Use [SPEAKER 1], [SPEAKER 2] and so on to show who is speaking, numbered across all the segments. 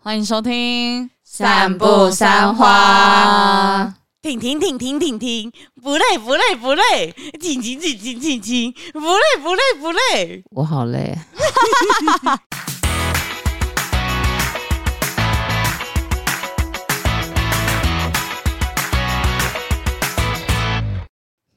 [SPEAKER 1] 欢迎收听《
[SPEAKER 2] 散步三花》。
[SPEAKER 3] 挺挺挺挺挺挺，不累不累不累，挺挺挺挺挺挺，不累不累不累。
[SPEAKER 2] 我好累。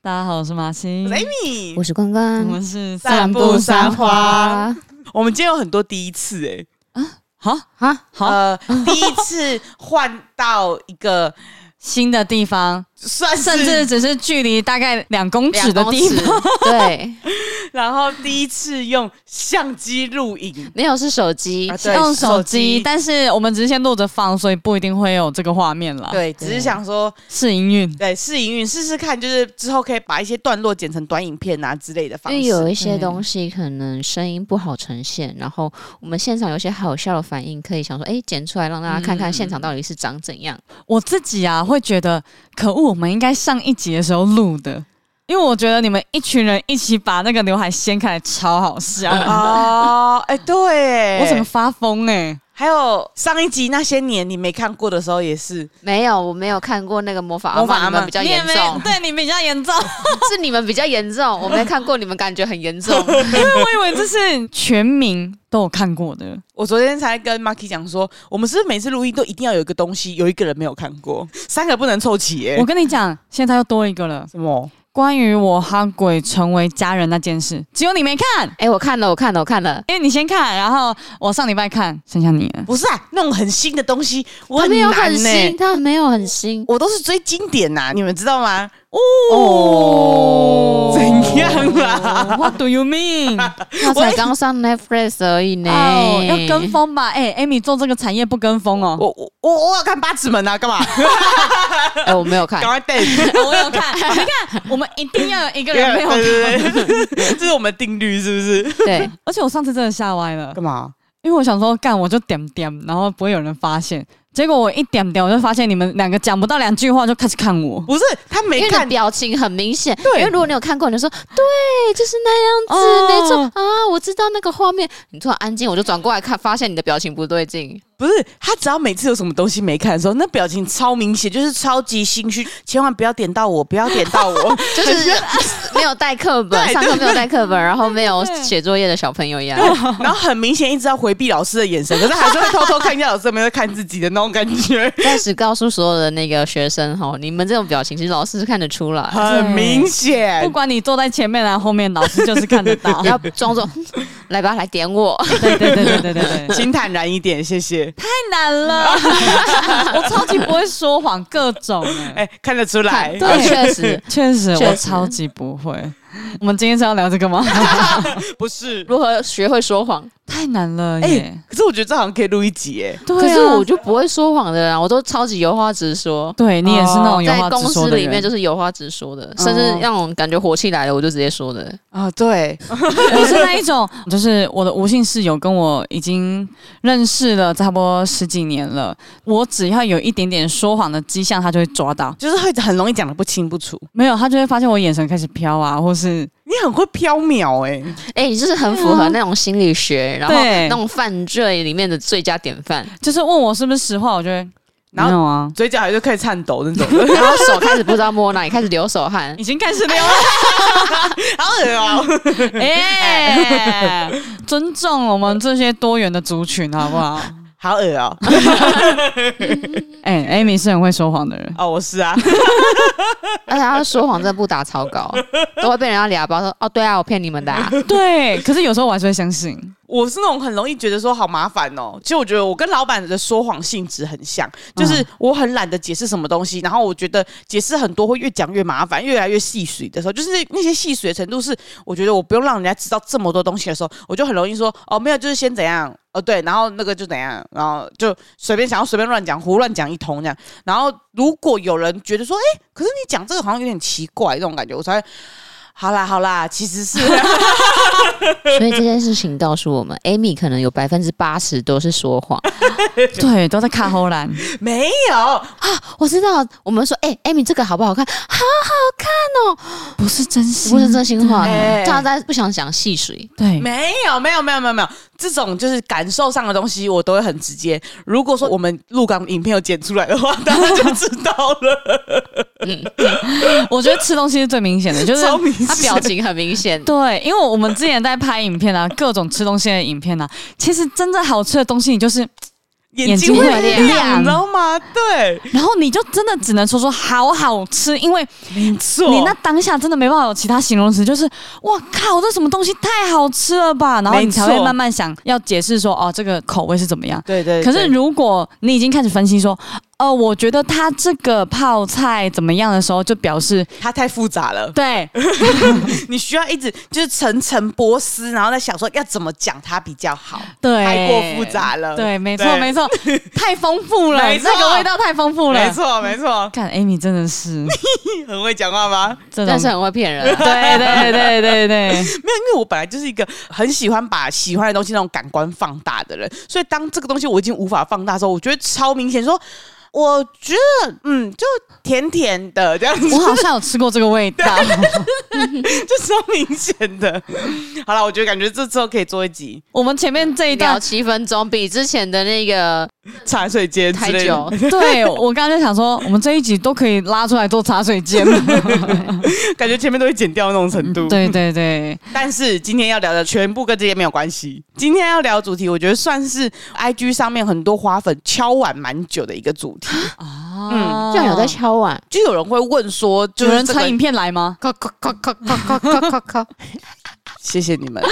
[SPEAKER 1] 大家好，我是马欣，
[SPEAKER 3] 雷米
[SPEAKER 2] 我，是关关，
[SPEAKER 1] 我们是
[SPEAKER 3] 散步三花
[SPEAKER 2] 啊
[SPEAKER 3] 我们今天有很多第一次哎、
[SPEAKER 1] 好
[SPEAKER 2] 啊！
[SPEAKER 1] 好、
[SPEAKER 3] 呃，第一次换到一个
[SPEAKER 1] 新的地方，
[SPEAKER 3] 算是，
[SPEAKER 1] 甚 至只是距离大概两公尺的地方，
[SPEAKER 2] 方 对，
[SPEAKER 3] 然后第一次用相机录影，
[SPEAKER 2] 没有是手机
[SPEAKER 3] 啊，对
[SPEAKER 1] 用手
[SPEAKER 3] 手
[SPEAKER 1] 机，
[SPEAKER 3] 机
[SPEAKER 1] 但是我们只是先录着放，所以不一定会有这个画面了。，
[SPEAKER 3] 对，只是想说，
[SPEAKER 1] 试营运。
[SPEAKER 3] 对，试营运试试看，就是之后可以把一些段落剪成短影片啊之类的
[SPEAKER 2] 因
[SPEAKER 3] 方
[SPEAKER 2] 为
[SPEAKER 3] 式。
[SPEAKER 2] 有一些东西可能声音不好呈现，然后我们现场有些好笑的反应，可以想说，哎，剪出来让大家看看现场到底是长怎样。
[SPEAKER 1] 我自己啊，会觉得可恶，我们应该上一集的时候录的，因为我觉得你们一群人一起把那个刘海掀开来，超好笑。
[SPEAKER 3] 哦，哎、 对，
[SPEAKER 1] 我怎么发疯哎、
[SPEAKER 3] 还有上一集那些年你没看过的时候也是，
[SPEAKER 2] 没有，我没有看过那个魔法阿
[SPEAKER 3] 魔法
[SPEAKER 2] 嬷，
[SPEAKER 3] 阿
[SPEAKER 2] 你们
[SPEAKER 3] 嬷
[SPEAKER 2] 比较
[SPEAKER 1] 你也
[SPEAKER 2] 严
[SPEAKER 1] 没
[SPEAKER 2] 重，
[SPEAKER 1] 对你比较严重。
[SPEAKER 2] 是你们比较严重，我没看过，你们感觉很严重。
[SPEAKER 1] 因为我以为这是全民都有看过的，
[SPEAKER 3] 我昨天才跟 Marky 讲说，我们是不是每次录音都一定要有一个东西，有一个人没有看过，三个不能凑齐耶、
[SPEAKER 1] 我跟你讲，现在又多一个了。
[SPEAKER 3] 什么？
[SPEAKER 1] 关于我和鬼成为家人那件事，只有你没看，
[SPEAKER 2] 哎，我看了，我看了，我看了，
[SPEAKER 1] 因为你先看，然后我上礼拜看，剩下你了。
[SPEAKER 3] 不是啊，那种很新的东西，我
[SPEAKER 2] 他
[SPEAKER 3] 很
[SPEAKER 2] 没有
[SPEAKER 3] 难欸
[SPEAKER 2] 很
[SPEAKER 3] 呢
[SPEAKER 2] 新，他没有很新，
[SPEAKER 3] 我都是追经典呐、你们知道吗？
[SPEAKER 1] 哦
[SPEAKER 3] 怎样 啦
[SPEAKER 1] ？What do you mean？
[SPEAKER 2] 他才刚上 Netflix 而已呢。
[SPEAKER 1] 哦，要跟风吧？哎、a m y 做这个产业不跟风哦。
[SPEAKER 3] 我我我我要看八尺门啊，干嘛？
[SPEAKER 2] 哎，我没有看
[SPEAKER 3] 赶，快带。
[SPEAKER 1] 哦我有看，你看，我们一定要有一个人没有看，
[SPEAKER 3] 对对对， 这是我们定律，是不是？
[SPEAKER 2] 对，
[SPEAKER 1] 而且我上次真的吓歪了。
[SPEAKER 3] 干嘛？
[SPEAKER 1] 因为我想说干我就点点，然后不会有人发现。结果我一点点，我就发现你们两个讲不到两句话就开始看 我。
[SPEAKER 3] 不是他
[SPEAKER 2] 因为
[SPEAKER 3] 没
[SPEAKER 2] 你的
[SPEAKER 3] 看，
[SPEAKER 2] 表情很明显。
[SPEAKER 3] 对
[SPEAKER 2] 因为如果你有看过，你就说对，就是那样子，
[SPEAKER 1] 哦
[SPEAKER 2] 没错啊，我知道那个画面。你突然安静，我就转过来看，发现你的表情不对劲。
[SPEAKER 3] 不是他只要每次有什么东西没看的时候，那表情超明显，就是超级心虚，千万不要点到我，不要点到我。
[SPEAKER 2] 就是没有带 课本，
[SPEAKER 3] 对
[SPEAKER 2] 上课没有带课本，然后没有
[SPEAKER 1] 对
[SPEAKER 2] 写作业的小朋友一样。
[SPEAKER 3] 然后很明显一直要回避老师的眼神，可是还是会偷偷看一下老师有没有在看自己的那种感觉，
[SPEAKER 2] 暂时告诉所有的那个学生哈，你们这种表情其实老师是看得出来，
[SPEAKER 3] 很明
[SPEAKER 1] 不
[SPEAKER 3] 显。
[SPEAKER 1] 管你坐在前面还啊是后面，老师就是看得到。
[SPEAKER 2] 要装作来吧，来点我。
[SPEAKER 1] 对对对对对对 对，
[SPEAKER 3] 请坦然一点，谢谢。
[SPEAKER 1] 太难了，我超级不会说谎，各种哎、
[SPEAKER 3] 哎、看得出来
[SPEAKER 2] 看，对，哦确
[SPEAKER 1] 确
[SPEAKER 2] 实。
[SPEAKER 1] 实
[SPEAKER 2] 确实
[SPEAKER 1] 我超级不会。我们今天是要聊这个 吗？
[SPEAKER 3] 不是。
[SPEAKER 2] 如何学会说谎？
[SPEAKER 1] 太难了
[SPEAKER 3] 哎、
[SPEAKER 1] 耶！
[SPEAKER 3] 可是我觉得这好像可以录一集哎、
[SPEAKER 1] 对啊，
[SPEAKER 2] 可是我就不会说谎的人啊，我都超级有话直说。哦
[SPEAKER 1] 对你也是那种有
[SPEAKER 2] 在
[SPEAKER 1] 话
[SPEAKER 2] 公
[SPEAKER 1] 直说
[SPEAKER 2] 司
[SPEAKER 1] 的
[SPEAKER 2] 里
[SPEAKER 1] 人嗯
[SPEAKER 2] 面，就是有话直说的，甚至让我感觉火气来了，我就直接说的。
[SPEAKER 3] 啊，对，
[SPEAKER 1] 我是那一种，就是我的无性室友跟我已经认识了差不多十几年了，我只要有一点点说谎的迹象，他就会抓到。
[SPEAKER 3] 就是会很容易讲的不清不楚。
[SPEAKER 1] 没有，他就会发现我眼神开始飘啊，或是
[SPEAKER 3] 你很会缥缈哎，
[SPEAKER 2] 哎、你就是很符合那种心理学，然后
[SPEAKER 1] 啊对
[SPEAKER 2] 那种犯罪里面的最佳典 范，
[SPEAKER 1] 就是问我是不是实话，我就会没
[SPEAKER 3] 然后
[SPEAKER 1] 有啊，
[SPEAKER 3] 嘴角还是可以颤抖那种的，
[SPEAKER 2] 然后手开始不知道摸哪里，开始流手汗
[SPEAKER 1] 已。经开始溜 了。
[SPEAKER 3] 好恶哦、
[SPEAKER 1] 哎、尊重我们这些多元的族群，好不好？
[SPEAKER 3] 好恶哦、
[SPEAKER 1] 哎、艾米是很会说谎的人。
[SPEAKER 3] 哦，我是啊，
[SPEAKER 2] 而且他说谎真的不打草稿，都会被人家俩包说哦，对啊，我骗你们 的、啊。
[SPEAKER 1] 对，可是有时候我还是会相信。
[SPEAKER 3] 我是那种很容易觉得说好麻烦哦。其实我觉得我跟老板的说谎性质很像，就是我很懒得解释什么东西，然后我觉得解释很多会越讲越麻烦，越来越细水的时候，就是那些细水的程度是，我觉得我不用让人家知道这么多东西的时候，我就很容易说哦没有，就是先怎样。哦，对，然后那个就怎样，然后就随便想要随便乱讲，胡乱讲一通这样。然后如果有人觉得说，哎，可是你讲这个好像有点奇怪，这种感觉，我才会好啦好啦，其实是
[SPEAKER 2] 所以这件事情告诉我们，Amy 可能有百分之八十都是说谎。
[SPEAKER 1] 对，都在看后栏。
[SPEAKER 3] 没有，
[SPEAKER 2] 我知道，我们说，哎、a m y 这个好不好看？
[SPEAKER 1] 不是真心，
[SPEAKER 2] 不是真心话，
[SPEAKER 3] 哎
[SPEAKER 2] 大家不想讲细水。
[SPEAKER 1] 对，
[SPEAKER 3] 没有，没有，没有，没有，没有，这种就是感受上的东西，我都会很直接。如果说我们录港影片有剪出来的话，大家就知道 了。
[SPEAKER 1] 我觉得吃东西是最明显的，就是，
[SPEAKER 3] 超明显
[SPEAKER 2] 他表情很明显
[SPEAKER 1] 对，因为我们之前在拍影片啊，各种吃东西的影片啊，其实真正好吃的东西，你就是，
[SPEAKER 3] 眼睛
[SPEAKER 1] 睛
[SPEAKER 3] 会
[SPEAKER 1] 会
[SPEAKER 3] 亮，
[SPEAKER 1] 亮
[SPEAKER 3] 你知道吗？对，
[SPEAKER 1] 然后你就真的只能说说好好吃，因为
[SPEAKER 3] 没错
[SPEAKER 1] 你那当下真的没办法有其他形容词，就是哇靠，这什么东西太好吃了吧，然后你才
[SPEAKER 3] 没
[SPEAKER 1] 会
[SPEAKER 3] 错
[SPEAKER 1] 慢慢想要解释说哦，这个口味是怎么样。
[SPEAKER 3] 对对
[SPEAKER 1] 可是如果你已经开始分析说，哦，我觉得它这个泡菜怎么样的时候，就表 示
[SPEAKER 3] 它太复杂了，
[SPEAKER 1] 对，
[SPEAKER 3] 你需要一直就是层层剥丝，然后再想说要怎么讲它比较好，
[SPEAKER 1] 对，
[SPEAKER 3] 太过复杂了。
[SPEAKER 1] 对，没错
[SPEAKER 3] 对
[SPEAKER 1] 没错，太丰富了，
[SPEAKER 3] 没错
[SPEAKER 1] 那个味道太丰富了，
[SPEAKER 3] 没。错没错，
[SPEAKER 1] 看 Amy 真的 是
[SPEAKER 3] 你很会讲话吗？
[SPEAKER 1] 这种
[SPEAKER 2] 但是，很会骗人 啊。
[SPEAKER 1] 对对对对对，
[SPEAKER 3] 没有，因为我本来就是一个很喜欢把喜欢的东西那种感官放大的人，所以当这个东西我已经无法放大的时候，我觉得超明显说。我觉得，嗯，就甜甜的这样 子，
[SPEAKER 1] 我好像有吃过这个味道。
[SPEAKER 3] 就超明显的。好了，我觉得感觉这之后可以做一集
[SPEAKER 1] 我们前面这一
[SPEAKER 2] 聊
[SPEAKER 1] 段，
[SPEAKER 2] 七分钟，比之前的那个
[SPEAKER 3] 茶水间之
[SPEAKER 2] 太
[SPEAKER 3] 类的
[SPEAKER 2] 久，
[SPEAKER 1] 对我刚刚就想说，我们这一集都可以拉出来做茶水 间。
[SPEAKER 3] 感觉前面都会剪掉那种程度。
[SPEAKER 1] 对对对，
[SPEAKER 3] 但是今天要聊的全部跟这些没有关系。今天要聊的主题，我觉得算是 I G 上面很多花粉敲碗蛮久的一个主题。
[SPEAKER 1] 啊，
[SPEAKER 2] 居然有在敲碗，
[SPEAKER 3] 就有人会问说，就
[SPEAKER 1] 有
[SPEAKER 3] 是、
[SPEAKER 1] 人传影，片来吗？
[SPEAKER 2] 咔咔咔咔咔咔咔咔咔，
[SPEAKER 3] 谢谢 你们、哦，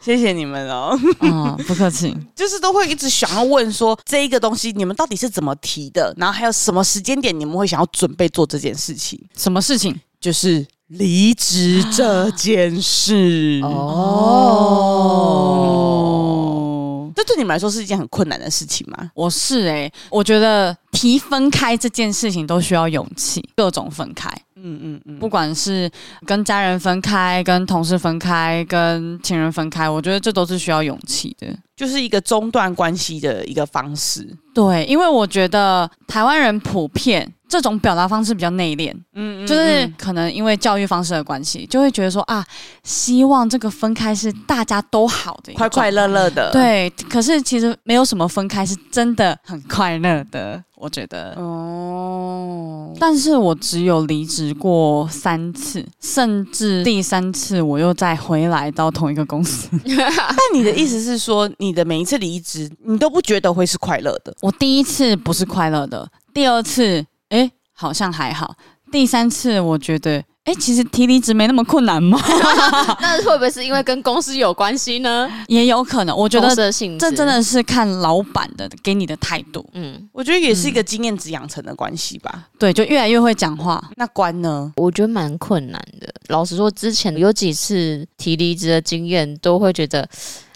[SPEAKER 3] 谢谢你们哦。
[SPEAKER 1] 啊，不客气。
[SPEAKER 3] 就是都会一直想要问说，这一个东西你们到底是怎么提的，然后还有什么时间点你们会想要准备做这件事情，
[SPEAKER 1] 什么事情？
[SPEAKER 3] 就是离职这件事。
[SPEAKER 1] 哦，
[SPEAKER 3] 这对你们来说是一件很困难的事情吗？
[SPEAKER 1] 我是哎、我觉得提分开这件事情都需要勇气，各种分开。
[SPEAKER 3] 嗯嗯嗯，
[SPEAKER 1] 不管是跟家人分开、跟同事分开、跟情人分开，我觉得这都是需要勇气的。
[SPEAKER 3] 就是一个中断关系的一个方式。
[SPEAKER 1] 对，因为我觉得台湾人普遍这种表达方式比较内敛，
[SPEAKER 3] 嗯
[SPEAKER 1] 就是可能因为教育方式的关系，就会觉得说啊，希望这个分开是大家都好的一个
[SPEAKER 3] 快快乐乐的。
[SPEAKER 1] 状态。对，可是其实没有什么分开是真的很快乐的，我觉得。
[SPEAKER 3] 哦，
[SPEAKER 1] 但是我只有离职过三次，甚至第三次我又再回来到同一个公司。
[SPEAKER 3] 但你的意思是说，你的每一次离职，你都不觉得会是快乐的？
[SPEAKER 1] 我第一次不是快乐的，第二次诶好像还好，第三次我觉得诶其实提离职没那么困难吗？
[SPEAKER 2] 那会不会是因为跟公司有关系呢？
[SPEAKER 1] 也有可能，我觉
[SPEAKER 2] 公司
[SPEAKER 1] 得
[SPEAKER 2] 的性质，
[SPEAKER 1] 这真，的是看老板的给你的态度，
[SPEAKER 2] 嗯，
[SPEAKER 3] 我觉得也是一个经验值养成的关系吧。
[SPEAKER 1] 对，就越来越会讲话。
[SPEAKER 3] 那关呢？
[SPEAKER 2] 我觉得蛮困难的。老实说，之前有几次提离职的经验，都会觉得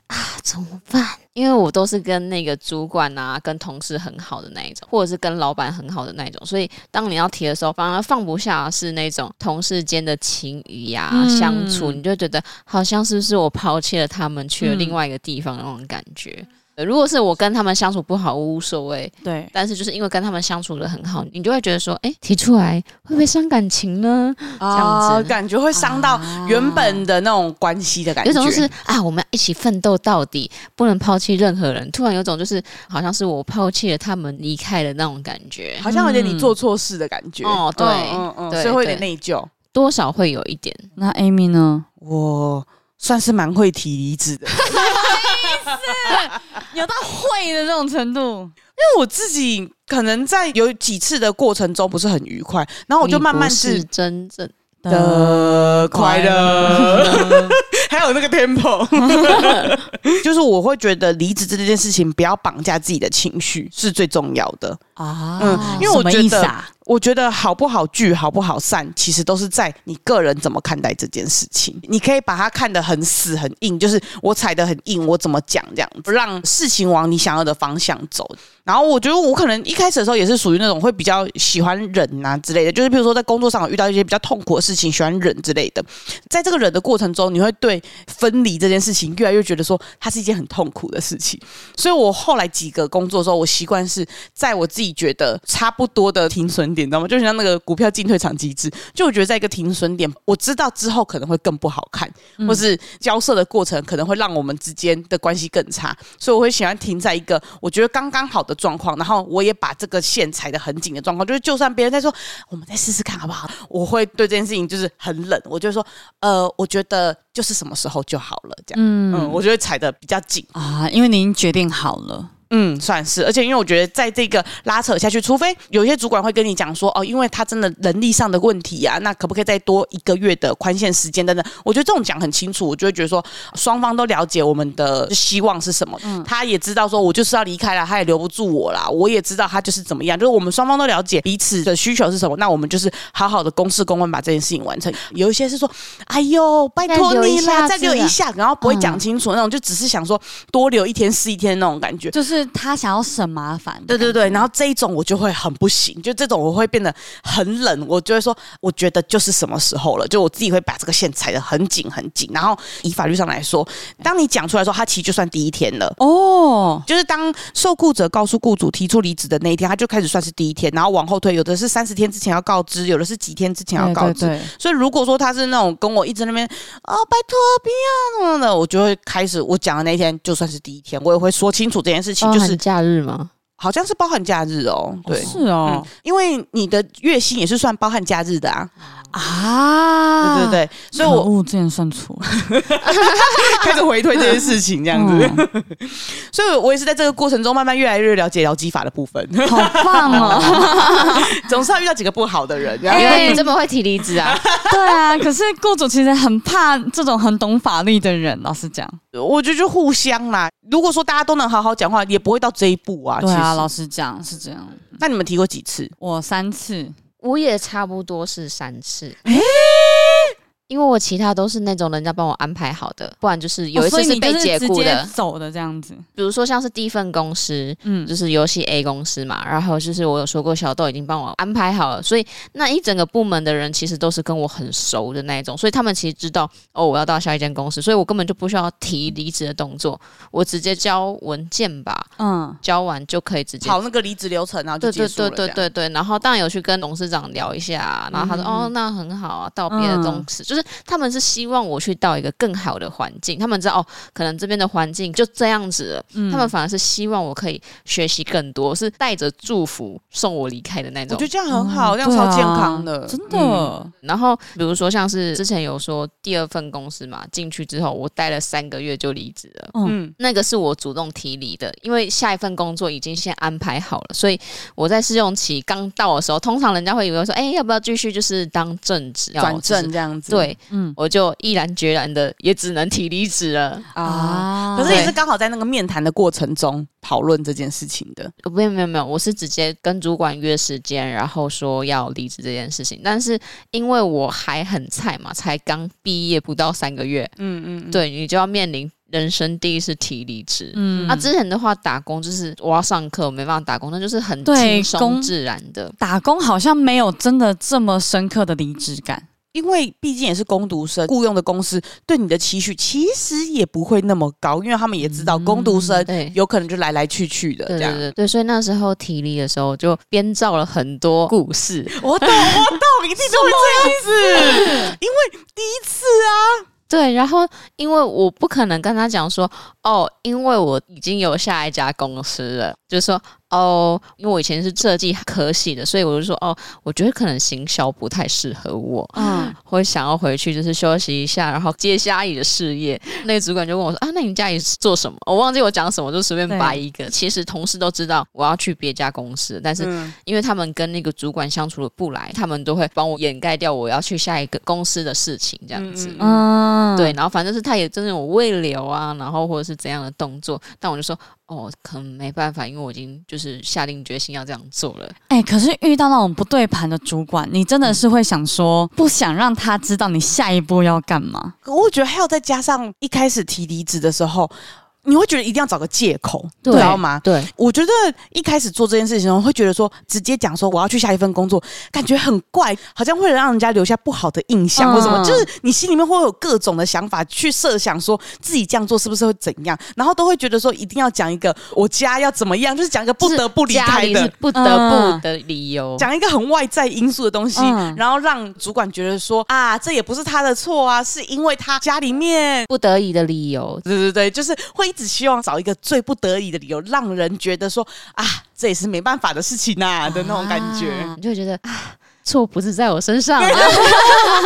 [SPEAKER 2] 啊，怎么办？因为我都是跟那个主管啊、跟同事很好的那一种，或者是跟老板很好的那一种，所以当你要提的时候，反而放不下是那种同事间的情谊呀、
[SPEAKER 1] 嗯
[SPEAKER 2] 相处，你就觉得好像是不是我抛弃了他们，去了
[SPEAKER 1] 嗯
[SPEAKER 2] 另外一个地方那种感觉。呃如果是我跟他们相处不好，无所谓，
[SPEAKER 1] 对，
[SPEAKER 2] 但是就是因为跟他们相处的很好，你就会觉得说，哎、提出来会不会伤感情呢？
[SPEAKER 1] 这
[SPEAKER 3] 啊
[SPEAKER 2] 样子
[SPEAKER 3] 感觉会伤到原本的那种关系的感觉。
[SPEAKER 2] 有种就是啊，我们要一起奋斗到底，不能抛弃任何人。突然有种就是好像是我抛弃了他们，离开了那种感觉，
[SPEAKER 3] 好像有点你做错事的感觉。
[SPEAKER 2] 哦对
[SPEAKER 3] 嗯嗯嗯
[SPEAKER 2] 对
[SPEAKER 3] 所以会有点
[SPEAKER 2] 对
[SPEAKER 3] 内疚。
[SPEAKER 2] 多少会有一点。
[SPEAKER 1] 那 Amy 呢？
[SPEAKER 3] 我算是蛮会提离职的，因
[SPEAKER 1] 有到会的那种程度，
[SPEAKER 3] 为 我自己可能在有几次的过程中不是很愉快，然后哦我就慢慢
[SPEAKER 2] 你不
[SPEAKER 3] 是
[SPEAKER 2] 是真正
[SPEAKER 3] 的快乐， 还有那个 tempo，就是我会觉得离职这件事情不要绑架自己的情绪是最重要的。
[SPEAKER 1] 啊
[SPEAKER 3] 嗯因为我觉得
[SPEAKER 1] 什么意思啊
[SPEAKER 3] 我觉得好不好聚、好不好散，其实都是在你个人怎么看待这件事情。你可以把它看得很死、很硬，就是我踩得很硬，我怎么讲这样子，让事情往你想要的方向走。然后我觉得我可能一开始的时候也是属于那种会比较喜欢忍啊之类的，就是比如说在工作上有遇到一些比较痛苦的事情，喜欢忍之类的。在这个忍的过程中，你会对分离这件事情越来越觉得说它是一件很痛苦的事情。所以我后来几个工作的时候，我习惯是在我自己己觉得差不多的停损点，你知道吗？就像那个股票进退场机制，就我觉得在一个停损点，我知道之后可能会更不好看，或是交涉的过程可能会让我们之间的关系更差，所以我会喜欢停在一个我觉得刚刚好的状况，然后我也把这个线踩得很紧的状况，就是就算别人在说哦我们再试试看好不好，我会对这件事情就是很冷，我就说呃，我觉得就是什么时候就好了，这样，嗯
[SPEAKER 1] 嗯
[SPEAKER 3] 我就会踩得比较紧。
[SPEAKER 1] 啊，因为你已经决定好了，
[SPEAKER 3] 嗯，算是，而且因为我觉得在这个拉扯下去，除非有一些主管会跟你讲说，哦，因为他真的能力上的问题呀、那可不可以再多一个月的宽限时间等等？我觉得这种讲很清楚，我就会觉得说，双方都了解我们的希望是什么，
[SPEAKER 2] 嗯
[SPEAKER 3] 他也知道说我就是要离开了，他也留不住我啦，我也知道他就是怎么样，就是我们双方都了解彼此的需求是什么，那我们就是好好的公事公办把这件事情完成。有一些是说，哎呦，拜
[SPEAKER 2] 再
[SPEAKER 3] 托
[SPEAKER 2] 留一
[SPEAKER 3] 你啦，
[SPEAKER 2] 下
[SPEAKER 3] 再
[SPEAKER 2] 子
[SPEAKER 3] 留一
[SPEAKER 2] 啊
[SPEAKER 3] 下，然后不会讲
[SPEAKER 2] 嗯
[SPEAKER 3] 清楚那种，就只是想说多留一天是一天那种感觉。
[SPEAKER 1] 就是他想要省麻烦。
[SPEAKER 3] 对对对，然后这一种我就会很不行，就这种我会变得很冷，我就会说，我觉得就是什么时候了，就我自己会把这个线踩得很紧很紧。然后以法律上来说，当你讲出来说，他其实就算第一天了。
[SPEAKER 1] 哦，
[SPEAKER 3] 就是当受雇者告诉雇主提出离职的那一天，他就开始算是第一天，然后往后推，有的是三十天之前要告知，有的是几天之前要
[SPEAKER 1] 对
[SPEAKER 3] 告
[SPEAKER 1] 对
[SPEAKER 3] 知。
[SPEAKER 1] 对，
[SPEAKER 3] 所以如果说他是那种跟我一直那边哦，拜托不要什么的，我就会开始我讲的那一天就算是第一天，我也会说清楚这件事情，
[SPEAKER 2] 包
[SPEAKER 3] 就是
[SPEAKER 2] 含哦假日吗？
[SPEAKER 3] 好像是包含假日哦，对，
[SPEAKER 1] 是哦
[SPEAKER 3] 嗯，因为你的月薪也是算包含假日的啊，
[SPEAKER 1] 啊，
[SPEAKER 3] 对对对，所以
[SPEAKER 1] 可
[SPEAKER 3] 我
[SPEAKER 1] 恶，之前算错，
[SPEAKER 3] 开始回推这件事情，这样子，
[SPEAKER 1] 嗯
[SPEAKER 3] 所以我也是在这个过程中慢慢越来越了解劳基法的部分，
[SPEAKER 1] 嗯好棒哦！
[SPEAKER 3] 总是要遇到几个不好的人，这样
[SPEAKER 2] 原
[SPEAKER 1] 哎
[SPEAKER 2] 来你这么会提离职啊！
[SPEAKER 1] 对啊，可是雇主其实很怕这种很懂法律的人，老实讲，
[SPEAKER 3] 我觉得就互相啦。如果说大家都能好好讲话，也不会到这一步啊。
[SPEAKER 1] 对啊，
[SPEAKER 3] 其实
[SPEAKER 1] 老实讲是这样。
[SPEAKER 3] 那你们提过几次？
[SPEAKER 1] 我三次，
[SPEAKER 2] 我也差不多是三次。因为我其他都是那种人家帮我安排好的，不然就是有一
[SPEAKER 1] 哦所
[SPEAKER 2] 次
[SPEAKER 1] 以你
[SPEAKER 2] 被
[SPEAKER 1] 就是
[SPEAKER 2] 解
[SPEAKER 1] 直
[SPEAKER 2] 雇
[SPEAKER 1] 接
[SPEAKER 2] 的，
[SPEAKER 1] 走的这样子，
[SPEAKER 2] 比如说像是第一份公司，
[SPEAKER 1] 嗯
[SPEAKER 2] 就，是游戏 A 公司嘛，然后就是我有说过小豆已经帮我安排好了，所以那一整个部门的人其实都是跟我很熟的那一种，所以他们其实知道哦我要到下一间公司，所以我根本就不需要提离职的动作，我直接交文件吧，
[SPEAKER 1] 嗯，
[SPEAKER 2] 交完就可以直接
[SPEAKER 3] 跑那个离职流程，然后就
[SPEAKER 2] 对
[SPEAKER 3] 结
[SPEAKER 2] 对
[SPEAKER 3] 束
[SPEAKER 2] 对
[SPEAKER 3] 了这
[SPEAKER 2] 对
[SPEAKER 3] 样
[SPEAKER 2] 对对，然后当然有去跟董事长聊一下，然后他说、
[SPEAKER 1] 嗯
[SPEAKER 2] 哦，那很好啊，到别的
[SPEAKER 3] 嗯
[SPEAKER 2] 公司，就是他们是希望我去到一个更好的环境，他们知道哦，可能这边的环境就这样子了，
[SPEAKER 1] 嗯
[SPEAKER 3] 嗯
[SPEAKER 2] 他们反而是希望我可以学习更多，是带着祝福送我离开的那
[SPEAKER 3] 我
[SPEAKER 2] 种
[SPEAKER 3] 觉得。这样很好，
[SPEAKER 1] 嗯
[SPEAKER 3] 这样超健康
[SPEAKER 1] 对
[SPEAKER 3] 的
[SPEAKER 1] 啊。真
[SPEAKER 3] 嗯
[SPEAKER 1] 的。
[SPEAKER 2] 然后比如说像是之前有说第二份公司嘛，进去之后我待了三个月就离职了。
[SPEAKER 3] 嗯，
[SPEAKER 2] 那个是我主动提离的，因为下一份工作已经先安排好了，所以我在试用期刚到的时候，通常人家会以为说，哎、要不要继续就是当正职要
[SPEAKER 3] 转
[SPEAKER 2] 就是
[SPEAKER 3] 正这样子。
[SPEAKER 2] 对，
[SPEAKER 1] 嗯
[SPEAKER 2] 我就毅然决然的也只能提离职了。
[SPEAKER 3] 啊，可是也是刚好在那个面谈的过程中讨论这件事情的。
[SPEAKER 2] 呃没有没有没有，我是直接跟主管约时间，然后说要离职这件事情。但是因为我还很菜嘛，才刚毕业不到三个月，
[SPEAKER 3] 嗯嗯，
[SPEAKER 2] 对你就要面临人生第一次提离职。
[SPEAKER 1] 嗯
[SPEAKER 2] 那、之前的话，打工就是我要上课，我没办法打工，那就是很
[SPEAKER 1] 对
[SPEAKER 2] 轻
[SPEAKER 1] 工
[SPEAKER 2] 松自然的。
[SPEAKER 1] 打工好像没有真的这么深刻的离职感，
[SPEAKER 3] 因为毕竟也是工读生，雇佣的公司对你的期许其实也不会那么高，因为他们也知道工读生
[SPEAKER 2] 嗯对。
[SPEAKER 3] 有可能就来来去去的
[SPEAKER 2] 对
[SPEAKER 3] 这
[SPEAKER 2] 对
[SPEAKER 3] 样。
[SPEAKER 2] 对对，所以那时候提离的时候，就编造了很多故事。
[SPEAKER 3] 我懂，我懂，一定都会这样子，因为第一次啊，
[SPEAKER 2] 对，然后因为我不可能跟他讲说，哦，因为我已经有下一家公司了，就是说，哦，因为我以前是设计科系的，所以我就说，哦，我觉得可能行销不太适合我，
[SPEAKER 1] 嗯，
[SPEAKER 2] 会想要回去就是休息一下，然后接下阿姨的事业。那个主管就问我说：“啊，那你家里是做什么？”我忘记我讲什么，就随便
[SPEAKER 1] 对
[SPEAKER 2] 掰一个。其实同事都知道我要去别家公司，但是
[SPEAKER 3] 嗯
[SPEAKER 2] 因为他们跟那个主管相处的不来，他们都会帮我掩盖掉我要去下一个公司的事情，这样子。
[SPEAKER 3] 嗯
[SPEAKER 1] 嗯，
[SPEAKER 2] 对，，然后反正是他也真的有胃瘤啊，然后或者是怎样的动作，但我就说哦，可能没办法，因为我已经就是下定决心要这样做了。
[SPEAKER 1] 哎、可是遇到那种不对盘的主管，你真的是会想说，不想让他知道你下一步要干嘛，
[SPEAKER 3] 我觉得还有再加上一开始提离职的时候。你会觉得一定要找个借口，
[SPEAKER 2] 对
[SPEAKER 3] 你知道吗？
[SPEAKER 2] 对，
[SPEAKER 3] 我觉得一开始做这件事情，我会觉得说直接讲说我要去下一份工作，感觉很怪，好像会让人家留下不好的印
[SPEAKER 1] 嗯
[SPEAKER 3] 象或什么。就是你心里面会有各种的想法去设想，说自己这样做是不是会怎样，然后都会觉得说一定要讲一个我家要怎么样，就是讲一个不得不离开
[SPEAKER 2] 就是家里
[SPEAKER 3] 的
[SPEAKER 2] 是。不得不的理由。
[SPEAKER 3] 讲一个很外在因素的东西，
[SPEAKER 1] 嗯
[SPEAKER 3] 然后让主管觉得说啊，这也不是他的错啊，是因为他家里面
[SPEAKER 2] 不得已的理由，
[SPEAKER 3] 对对对，就是会一直希望找一个最不得已的理由，让人觉得说啊，这也是没办法的事情呐、的那种感觉。
[SPEAKER 2] 啊你就会觉得啊，错不是在我身上、啊，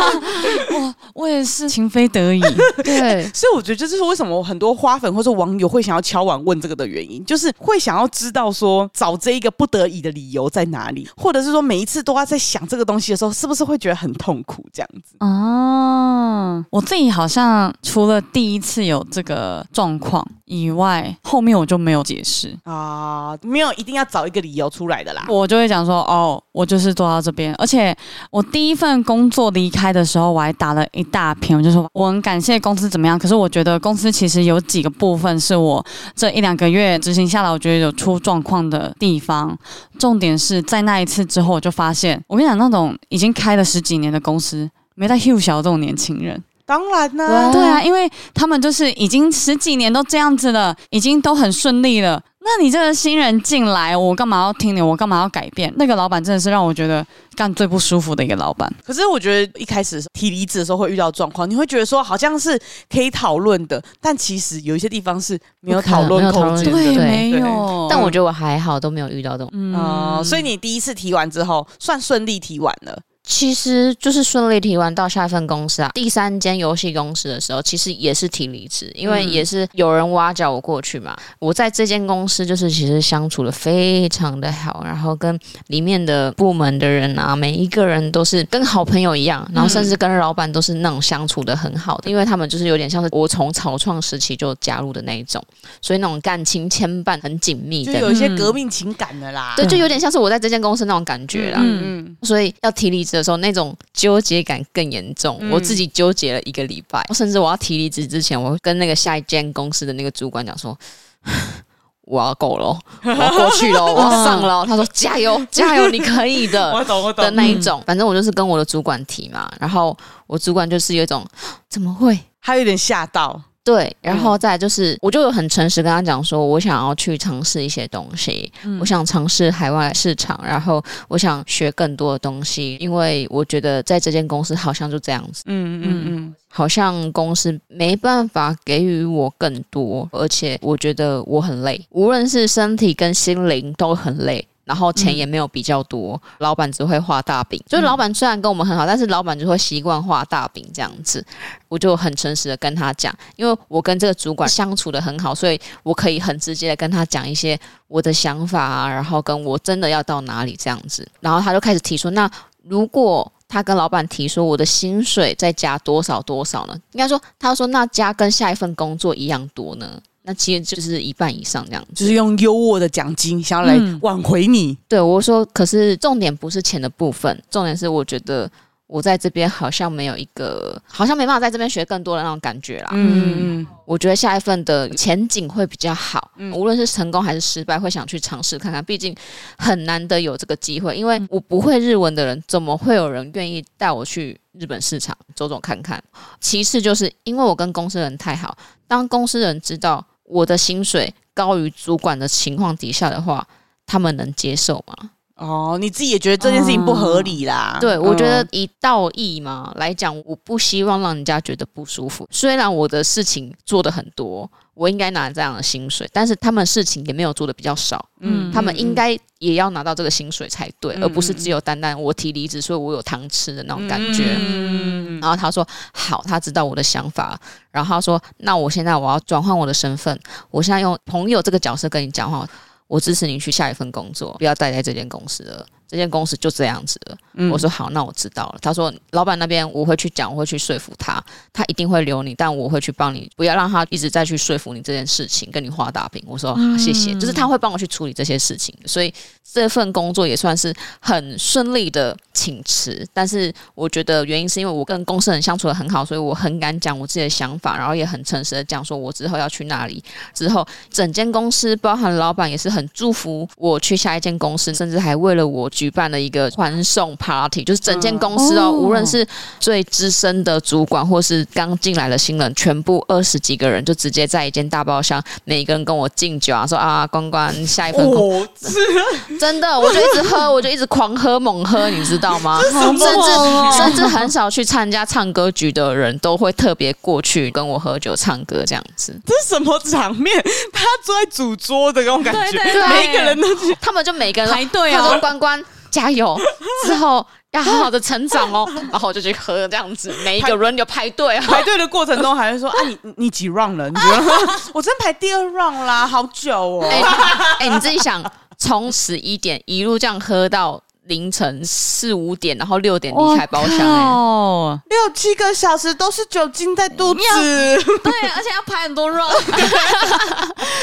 [SPEAKER 1] 我也是情非得已，
[SPEAKER 2] 对，
[SPEAKER 3] 所以我觉得这就是为什么很多花粉或者网友会想要敲碗问这个的原因，就是会想要知道说找这一个不得已的理由在哪里，或者是说每一次都要在想这个东西的时候，是不是会觉得很痛苦这样子？
[SPEAKER 1] 哦，我自己好像除了第一次有这个状况以外，后面我就没有解释。
[SPEAKER 3] 啊，没有一定要找一个理由出来的啦。
[SPEAKER 1] 我就会讲说，哦，我就是做到这边。而且我第一份工作离开的时候，我还打了一大篇，我就说我很感谢公司怎么样。可是我觉得公司其实有几个部分是我这一两个月执行下来，我觉得有出状况的地方。重点是在那一次之后，我就发现，我跟你讲，那种已经开了十几年的公司。没在 h u 小这种年轻人，
[SPEAKER 3] 当然呢、
[SPEAKER 2] 对啊
[SPEAKER 1] 对啊，因为他们就是已经十几年都这样子了，已经都很顺利了。那你这个新人进来，我干嘛要听你？我干嘛要改变？那个老板真的是让我觉得干最不舒服的一个老板。
[SPEAKER 3] 可是我觉得一开始提离职的时候会遇到状况，你会觉得说好像是可以讨论的，但其实有一些地方是没有
[SPEAKER 2] 不可能
[SPEAKER 3] 讨论
[SPEAKER 2] 没有讨
[SPEAKER 3] 空
[SPEAKER 2] 论
[SPEAKER 3] 间
[SPEAKER 2] 对
[SPEAKER 3] 的。
[SPEAKER 2] 对
[SPEAKER 1] 没
[SPEAKER 3] 对
[SPEAKER 1] 有。
[SPEAKER 2] 但我觉得我还好，都没有遇到这种。
[SPEAKER 1] 嗯
[SPEAKER 3] 哦、所以你第一次提完之后，算顺利提完了。
[SPEAKER 2] 其实就是顺利提完到下一份公司啊，第三间游戏公司的时候，其实也是提离职，因为
[SPEAKER 1] 嗯
[SPEAKER 2] 也是有人挖角我过去嘛。我在这间公司就是其实相处的非常的好，然后跟里面的部门的人啊，每一个人都是跟好朋友一
[SPEAKER 3] 嗯
[SPEAKER 2] 样，然后甚至跟老板都是那种相处的很好的，因为他们就是有点像是我从草创时期就加入的那一种，所以那种感情牵绊很紧密
[SPEAKER 3] 就
[SPEAKER 2] 的。
[SPEAKER 3] 有一些
[SPEAKER 1] 嗯
[SPEAKER 3] 革命情感的啦。
[SPEAKER 2] 对，就有点像是我在这间公司那种感觉啦。
[SPEAKER 3] 嗯嗯，
[SPEAKER 2] 所以要提离职的时候，那种纠结感更严重。
[SPEAKER 3] 嗯
[SPEAKER 2] 我自己纠结了一个礼拜，甚至我要提离职之前，我会跟那个下一间公司的那个主管讲说。 我要够 了，我要过去了，我要上了。他说：“加油，加油，你可以的。”
[SPEAKER 3] 我懂我
[SPEAKER 2] 的
[SPEAKER 3] 懂。
[SPEAKER 2] 那一种，反正我就是跟我的主管提嘛，然后我主管就是有一种 怎么会
[SPEAKER 3] 他有点吓到，
[SPEAKER 2] 对，然后再来就是，我就有很诚实跟他讲说，我想要去尝试一些东西，我想尝试海外市场，然后我想学更多的东西，因为我觉得在这间公司好像就这样子，
[SPEAKER 3] 嗯嗯
[SPEAKER 1] 嗯
[SPEAKER 3] 嗯，
[SPEAKER 2] 好像公司没办法给予我更多，而且我觉得我很累，无论是身体跟心灵都很累。然后钱也没有比较多，老板只会画大饼。就是老板虽然跟我们很好，但是老板就会习惯画大饼这样子。我就很诚实的跟他讲，因为我跟这个主管相处的很好，所以我可以很直接的跟他讲一些我的想法啊，然后跟我真的要到哪里这样子。然后他就开始提出，那如果他跟老板提说我的薪水再加多少多少呢？应该说，他说那加跟下一份工作一样多呢？那其实就是一半以上这样子。
[SPEAKER 3] 就是用优渥的奖金想要来
[SPEAKER 1] 嗯
[SPEAKER 3] 挽回你。
[SPEAKER 2] 对我说，可是重点不是钱的部分，重点是我觉得我在这边好像没有一个，好像没办法在这边学更多的那种感觉啦。
[SPEAKER 3] 嗯嗯
[SPEAKER 2] 我觉得下一份的前景会比较好，无论是成功还是失败，会想去尝试看看。毕竟很难得有这个机会，因为我不会日文的人，怎么会有人愿意带我去日本市场走走看看？其次就是因为我跟公司人太好，当公司人知道我的薪水高于主管的情况底下的话，他们能接受吗？
[SPEAKER 3] 嗯，哦，你自己也觉得这件事情不合理啦。
[SPEAKER 2] 对，我觉得
[SPEAKER 3] 嗯
[SPEAKER 2] 以道义嘛来讲，我不希望让人家觉得不舒服。虽然我的事情做的很多，我应该拿这样的薪水，但是他们事情也没有做的比较少，
[SPEAKER 1] 嗯
[SPEAKER 2] 他们应该也要拿到这个薪水才对，
[SPEAKER 3] 嗯
[SPEAKER 2] 而不是只有单单我提离职，所以我有糖吃的那种感觉。
[SPEAKER 3] 嗯
[SPEAKER 2] 然后他说好，他知道我的想法。然后他说，那我现在我要转换我的身份，我现在用朋友这个角色跟你讲话，我支持你去下一份工作，不要待在这间公司了。这间公司就这样子了。
[SPEAKER 3] 嗯
[SPEAKER 2] 我说好，那我知道了。他说老板那边我会去讲，我会去说服他，他一定会留你，但我会去帮你，不要让他一直再去说服你这件事情，跟你画大饼。我说、好谢谢，就是他会帮我去处理这些事情，所以这份工作也算是很顺利的请辞。但是我觉得原因是因为我跟公司人相处的很好，所以我很敢讲我自己的想法，然后也很诚实的讲说我之后要去哪里，之后整间公司，包含老板也是很祝福我去下一间公司，甚至还为了我举办了一个欢送 party，就是整间公司哦，
[SPEAKER 1] 哦
[SPEAKER 2] 无论是最资深的主管或是刚进来的新人，全部二十几个人就直接在一间大包厢，每一个人跟我敬酒啊，说啊关关下一份工，
[SPEAKER 3] 哦，是
[SPEAKER 2] 真的我就一直喝，我就一直狂喝猛喝，你知道吗？
[SPEAKER 1] 好
[SPEAKER 2] 甚至
[SPEAKER 1] 猛哦
[SPEAKER 2] 甚至很少去参加唱歌局的人都会特别过去跟我喝酒唱歌这样子。
[SPEAKER 3] 这是什么场面？ 他坐在主桌的那种感觉，
[SPEAKER 1] 对对
[SPEAKER 2] 对啊
[SPEAKER 3] 每一个人都去
[SPEAKER 2] 他们就每个人都
[SPEAKER 1] 排队
[SPEAKER 2] 他说：“
[SPEAKER 1] 哦，
[SPEAKER 2] 关关加油，之后要好好的成长 哦。”然后我就去喝这样子，每一个轮流排队哦。
[SPEAKER 3] 排队的过程中还会说：“啊，你你你几 round 了？你觉得 我真排第二 round 啦，好久哦。
[SPEAKER 2] 哎、哎你自己想，从十一点一路这样喝到凌晨四五点，然后六点离开包厢、 哎，
[SPEAKER 1] 哦，
[SPEAKER 3] 六七个小时都是酒精在肚子，。
[SPEAKER 1] 对，而且要排很多 肉，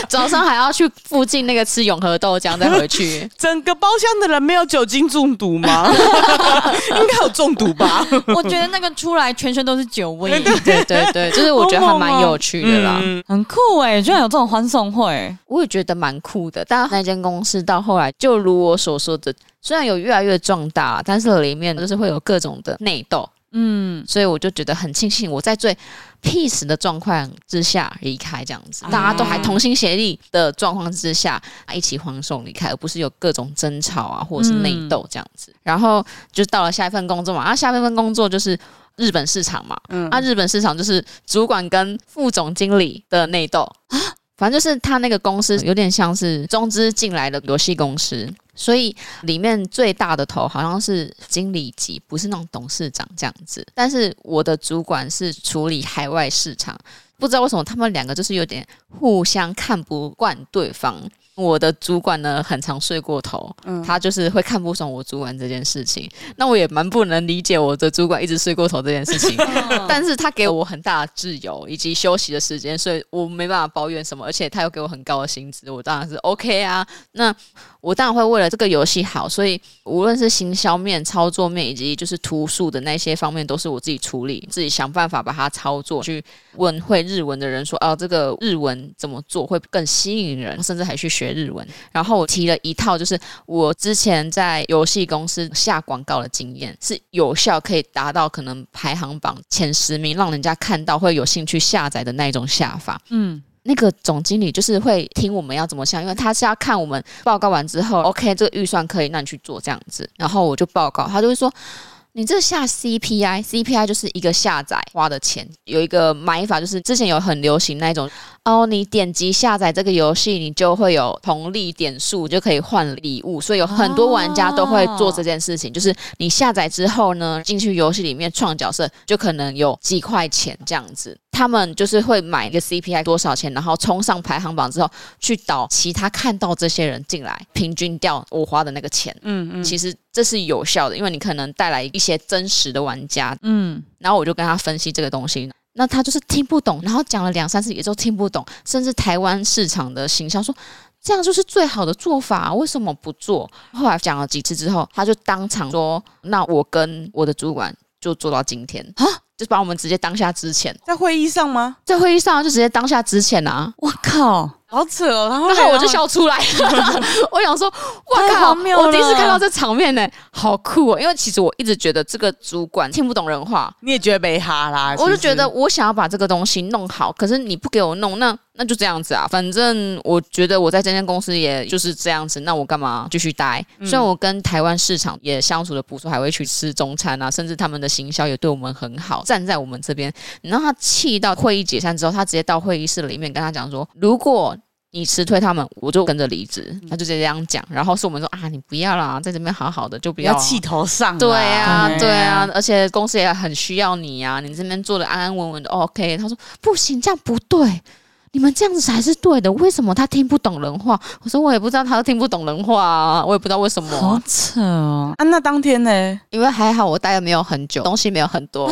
[SPEAKER 2] 早上还要去附近那个吃永和豆浆，再回去
[SPEAKER 3] 整个包厢的人没有酒精中毒吗？ 应该有中毒吧？
[SPEAKER 1] 我觉得那个出来全身都是酒味，
[SPEAKER 2] 对对对，就是我觉得还蛮有趣的啦。
[SPEAKER 3] 嗯，
[SPEAKER 1] 很酷哎、居然有这种欢送会，
[SPEAKER 2] 我也觉得蛮酷的。但那间公司到后来，就如我所说的，虽然有越来越壮大，但是里面就是会有各种的内斗，
[SPEAKER 1] 嗯，
[SPEAKER 2] 所以我就觉得很庆幸，我在最 peace 的状况之下离开，这样子，
[SPEAKER 3] 啊
[SPEAKER 2] 大家都还同心协力的状况之下，啊一起欢送离开，而不是有各种争吵啊，或者是内斗这样子。然后就到了下一份工作嘛，然后下一份工作就是日本市场嘛，
[SPEAKER 3] 嗯
[SPEAKER 2] 啊，日本市场就是主管跟副总经理的内斗啊，反正就是他那个公司有点像是中资进来的游戏公司，所以里面最大的头好像是经理级，不是那种董事长这样子。但是我的主管是处理海外市场，不知道为什么他们两个就是有点互相看不惯对方。我的主管呢，很常睡过头，
[SPEAKER 3] 嗯
[SPEAKER 2] 他就是会看不爽我主管这件事情。那我也蛮不能理解我的主管一直睡过头这件事情，但是他给我很大的自由以及休息的时间，所以我没办法抱怨什么，而且他又给我很高的薪资，我当然是 OK 啊。那我当然会为了这个游戏好，所以无论是行销面、操作面以及就是图数的那些方面，都是我自己处理，自己想办法把它操作，去问会日文的人说，哦，这个日文怎么做会更吸引人，甚至还去学日文。然后我提了一套，就是我之前在游戏公司下广告的经验，是有效可以达到可能排行榜前十名，让人家看到会有兴趣下载的那一种下法。
[SPEAKER 1] 嗯，
[SPEAKER 2] 那个总经理就是会听我们要怎么想，因为他是要看我们报告完之后，OK，这个预算可以，那你去做这样子。然后我就报告，他就会说。你这下 CPI，CPI 就是一个下载花的钱，有一个买法，就是之前有很流行那一种哦，你点击下载这个游戏，你就会有红利点数，就可以换礼物，所以有很多玩家都会做这件事情，就是你下载之后呢，进去游戏里面创角色，就可能有几块钱这样子。他们就是会买一个 CPI 多少钱，然后冲上排行榜之后，去导其他看到这些人进来，平均掉我花的那个钱。
[SPEAKER 3] 嗯嗯，
[SPEAKER 2] 其实这是有效的，因为你可能带来一些真实的玩家，
[SPEAKER 1] 嗯，
[SPEAKER 2] 然后我就跟他分析这个东西，那他就是听不懂，然后讲了两三次也都听不懂，甚至台湾市场的行销说这样就是最好的做法、啊为什么不做？后来讲了几次之后，他就当场说：“那我跟我的主管就做到今天 啊，就把我们直接当下之前，
[SPEAKER 3] 在会议上吗？
[SPEAKER 2] 在会议上就直接当下之前啊。”
[SPEAKER 1] 我靠，
[SPEAKER 3] 好扯哦，然后
[SPEAKER 2] 然后我就
[SPEAKER 3] 嘞
[SPEAKER 2] 笑出来， 我想说，
[SPEAKER 1] 太
[SPEAKER 2] 哇靠！
[SPEAKER 1] 荒谬了
[SPEAKER 2] 我第一次看到这场面呢、好酷哦！因为其实我一直觉得这个主管听不懂人话，
[SPEAKER 3] 你也觉得没哈啦，
[SPEAKER 2] 我就
[SPEAKER 3] 其实
[SPEAKER 2] 觉得我想要把这个东西弄好，可是你不给我弄，那那就这样子啊。反正我觉得我在这间公司也就是这样子，那我干嘛继续待？
[SPEAKER 3] 嗯
[SPEAKER 2] 虽然我跟台湾市场也相处的不错，还会去吃中餐啊，甚至他们的行销也对我们很好，站在我们这边。你让他气到会议解散之后，他直接到会议室里面跟他讲说，如果你辞退他们，我就跟着离职。他就直接这样讲，然后是我们说啊，你不要啦，在这边好好的就不
[SPEAKER 3] 不
[SPEAKER 2] 要
[SPEAKER 3] 要
[SPEAKER 2] 啊
[SPEAKER 3] 气头上啦，
[SPEAKER 2] 对啊，
[SPEAKER 1] 对
[SPEAKER 2] 对啊，而且公司也很需要你啊，你这边做的安安稳稳的，OK。他说不行，这样不对。你们这样子才是对的，为什么他听不懂人话？我说我也不知道他听不懂人话啊，我也不知道为什么啊、
[SPEAKER 1] 好扯哦。
[SPEAKER 3] 啊，那当天呢？
[SPEAKER 2] 因为还好我待的没有很久，东西没有很多，